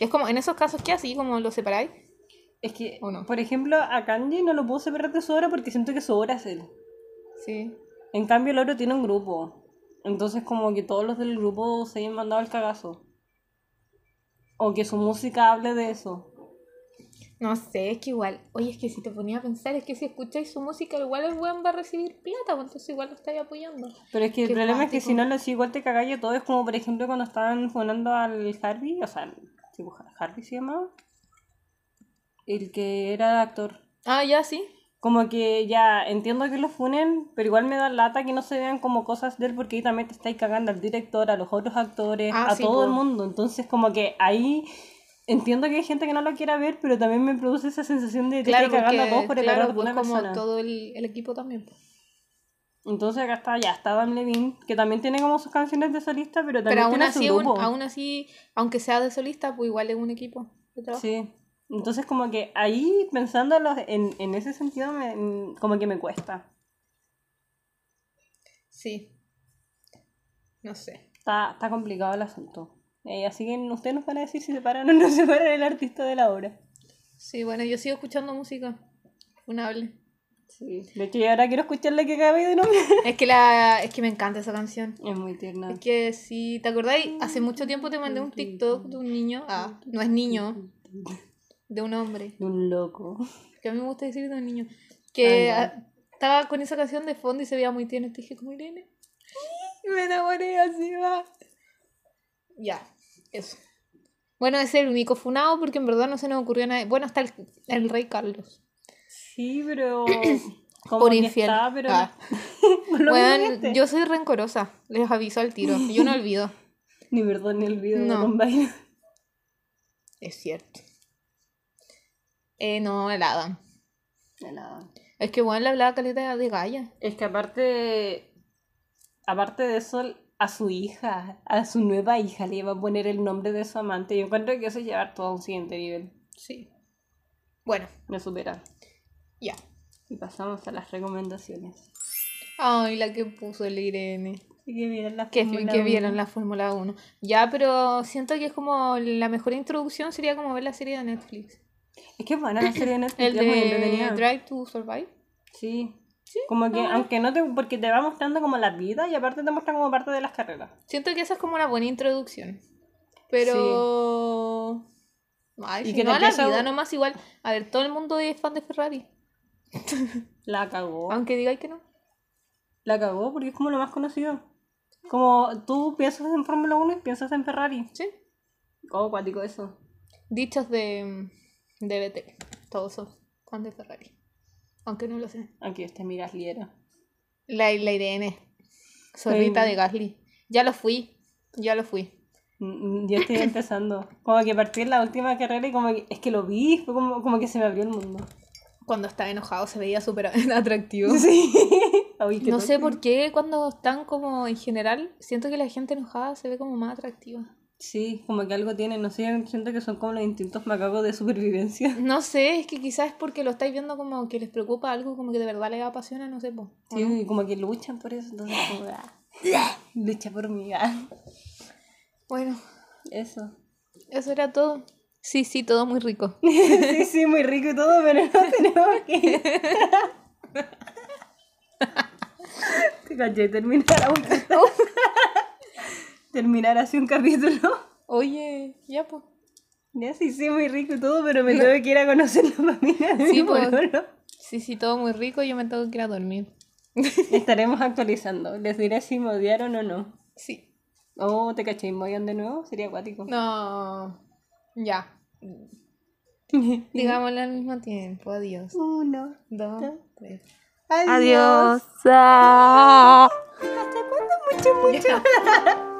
Speaker 1: Es como, en esos casos, ¿qué así? ¿Como lo separáis?
Speaker 2: Es que,
Speaker 1: ¿O no?
Speaker 2: por ejemplo, a Kanye no lo puedo separar de su obra porque siento que su obra es él.
Speaker 1: Sí.
Speaker 2: En cambio, el oro tiene un grupo. Entonces, como que todos los del grupo se hayan mandado al cagazo. O que su música hable de eso.
Speaker 1: No sé, es que igual. Oye, es que si te ponía a pensar, es que si escucháis su música, igual el weón va a recibir plata, pues entonces igual lo estáis apoyando.
Speaker 2: Pero es que el
Speaker 1: Qué
Speaker 2: problema es que si
Speaker 1: cuático.
Speaker 2: no lo si igual te cagáis a todos. Es como, por ejemplo, cuando estaban funando al Harvey. O sea, sí, pues, Harvey se llamaba. El que era actor.
Speaker 1: Ah, ya, sí.
Speaker 2: Como que ya entiendo que lo funen, pero igual me da lata que no se vean como cosas de él porque ahí también te estáis cagando al director, a los otros actores,
Speaker 1: Ah,
Speaker 2: a
Speaker 1: sí,
Speaker 2: todo
Speaker 1: po.
Speaker 2: el mundo. Entonces como que ahí entiendo que hay gente que no lo quiera ver, pero también me produce esa sensación de te
Speaker 1: Claro,
Speaker 2: estáis cagando a todos
Speaker 1: porque
Speaker 2: por el
Speaker 1: claro,
Speaker 2: error de
Speaker 1: pues,
Speaker 2: una
Speaker 1: como
Speaker 2: persona.
Speaker 1: todo el, el equipo también. pues.
Speaker 2: Entonces acá está, ya está Dan Levine, que también tiene como sus canciones de solista, pero también
Speaker 1: Pero aún
Speaker 2: tiene su
Speaker 1: así, un-
Speaker 2: grupo.
Speaker 1: aún así, aunque sea de solista, pues igual es un equipo de trabajo.
Speaker 2: Sí. Entonces como que ahí pensándolo en, en ese sentido me- como que me cuesta.
Speaker 1: Sí. No sé.
Speaker 2: Está, está complicado el asunto. Eh, así que ustedes nos van a decir si separan o no separan el artista de la obra.
Speaker 1: Sí, bueno, yo sigo escuchando música. Funable.
Speaker 2: Sí. De hecho, yo ahora quiero escuchar la que acabé de nombrar.
Speaker 1: es que la es que me encanta esa canción.
Speaker 2: Es muy tierna.
Speaker 1: Es que si te acordáis, hace mucho tiempo te mandé un TikTok de un niño, ah, no es niño, de un hombre,
Speaker 2: De un loco.
Speaker 1: que a mí me gusta decir de un niño, que
Speaker 2: Ah, ya.
Speaker 1: ah, estaba con esa canción de fondo y se veía muy tierno. Te dije, como Irene, me enamoré así va. Ya, eso. Bueno, es el único funado porque en verdad no se nos ocurrió nada. Bueno, está el, el rey Carlos.
Speaker 2: Sí, pero... Como
Speaker 1: Por
Speaker 2: que
Speaker 1: infiel.
Speaker 2: está, pero...
Speaker 1: Ah.
Speaker 2: Por lo
Speaker 1: Weón,
Speaker 2: menos este.
Speaker 1: yo soy rencorosa, les aviso al tiro. Yo no olvido.
Speaker 2: Ni perdón ni olvido.
Speaker 1: No.
Speaker 2: No. baile.
Speaker 1: Es cierto. Eh, no, el Adam.
Speaker 2: De nada.
Speaker 1: Es que bueno, le hablaba caleta de Gaia.
Speaker 2: Es que aparte... Aparte de eso, a su hija, a su nueva hija, le iba a poner el nombre de su amante. Yo encuentro que eso es llevar todo a un siguiente nivel.
Speaker 1: Sí. Bueno,
Speaker 2: Me supera.
Speaker 1: ya.
Speaker 2: Y pasamos a las recomendaciones.
Speaker 1: Ay, la que puso el Irene.
Speaker 2: Así que vieron la
Speaker 1: Que,
Speaker 2: Fórmula
Speaker 1: que
Speaker 2: uno.
Speaker 1: vieron la Fórmula 1. Ya, pero siento que es como la mejor introducción sería como ver la serie de Netflix.
Speaker 2: Es que es buena la serie de Netflix,
Speaker 1: El
Speaker 2: es muy
Speaker 1: de
Speaker 2: entretenida.
Speaker 1: Drive to Survive.
Speaker 2: Sí. Como que, aunque no te, porque te va mostrando como la vida y aparte te muestra como parte de las carreras.
Speaker 1: Siento que esa es como una buena introducción. Pero. Ay,
Speaker 2: Y
Speaker 1: si
Speaker 2: que te
Speaker 1: no a la
Speaker 2: empieza-
Speaker 1: vida nomás igual. A ver, todo el mundo es fan de Ferrari.
Speaker 2: La cagó.
Speaker 1: Aunque digáis que no.
Speaker 2: La cagó porque es como lo más conocido. Como tú piensas en Fórmula 1 y piensas en Ferrari.
Speaker 1: Sí.
Speaker 2: Oh, cuático eso.
Speaker 1: Dichos de. de Vettel. Todos son fan de Ferrari. Aunque no lo sé.
Speaker 2: Aunque este miras liera.
Speaker 1: La, la Irene. Zorrita
Speaker 2: Sí.
Speaker 1: de Gasly. Ya lo fui. Ya lo fui.
Speaker 2: Mm, mm, Ya estoy empezando. Como que partí en la última carrera y como que es que lo vi, fue como, como que se me abrió el mundo.
Speaker 1: Cuando estaba enojado se veía súper atractivo.
Speaker 2: Sí. Ay, qué
Speaker 1: No sé
Speaker 2: tóxico.
Speaker 1: por qué cuando están como en general, siento que la gente enojada se ve como más atractiva.
Speaker 2: Sí, como que algo tienen, no sé, siento que son como los instintos macabros de supervivencia.
Speaker 1: No sé, es que quizás es porque lo estáis viendo como que les preocupa algo, como que de verdad les apasiona, no sé. po.
Speaker 2: Sí, y como que luchan por eso, entonces como, ah, lucha por mí, ah.
Speaker 1: Bueno,
Speaker 2: Eso.
Speaker 1: eso era todo. Sí, sí, todo muy rico.
Speaker 2: Sí, sí, muy rico y todo, pero no tenemos que ir. Te caché, terminar a un- Terminar así un capítulo.
Speaker 1: Oye, ya pues.
Speaker 2: Ya sí, sí, muy rico y todo, pero me tengo que ir a conocer la familia de
Speaker 1: Sí,
Speaker 2: mi
Speaker 1: pues.
Speaker 2: pololo.
Speaker 1: Sí, sí, todo muy rico, yo me tengo que ir a dormir.
Speaker 2: Estaremos actualizando. Les diré si me odiaron o no.
Speaker 1: Sí.
Speaker 2: Oh, te caché, me odian de nuevo, sería acuático.
Speaker 1: No. Ya. Digámoslo al mismo tiempo. Adiós.
Speaker 2: Uno.
Speaker 1: Dos, tres.
Speaker 2: Adiós.
Speaker 1: Adiós.
Speaker 2: ¿Hasta cuándo? Mucho, mucho.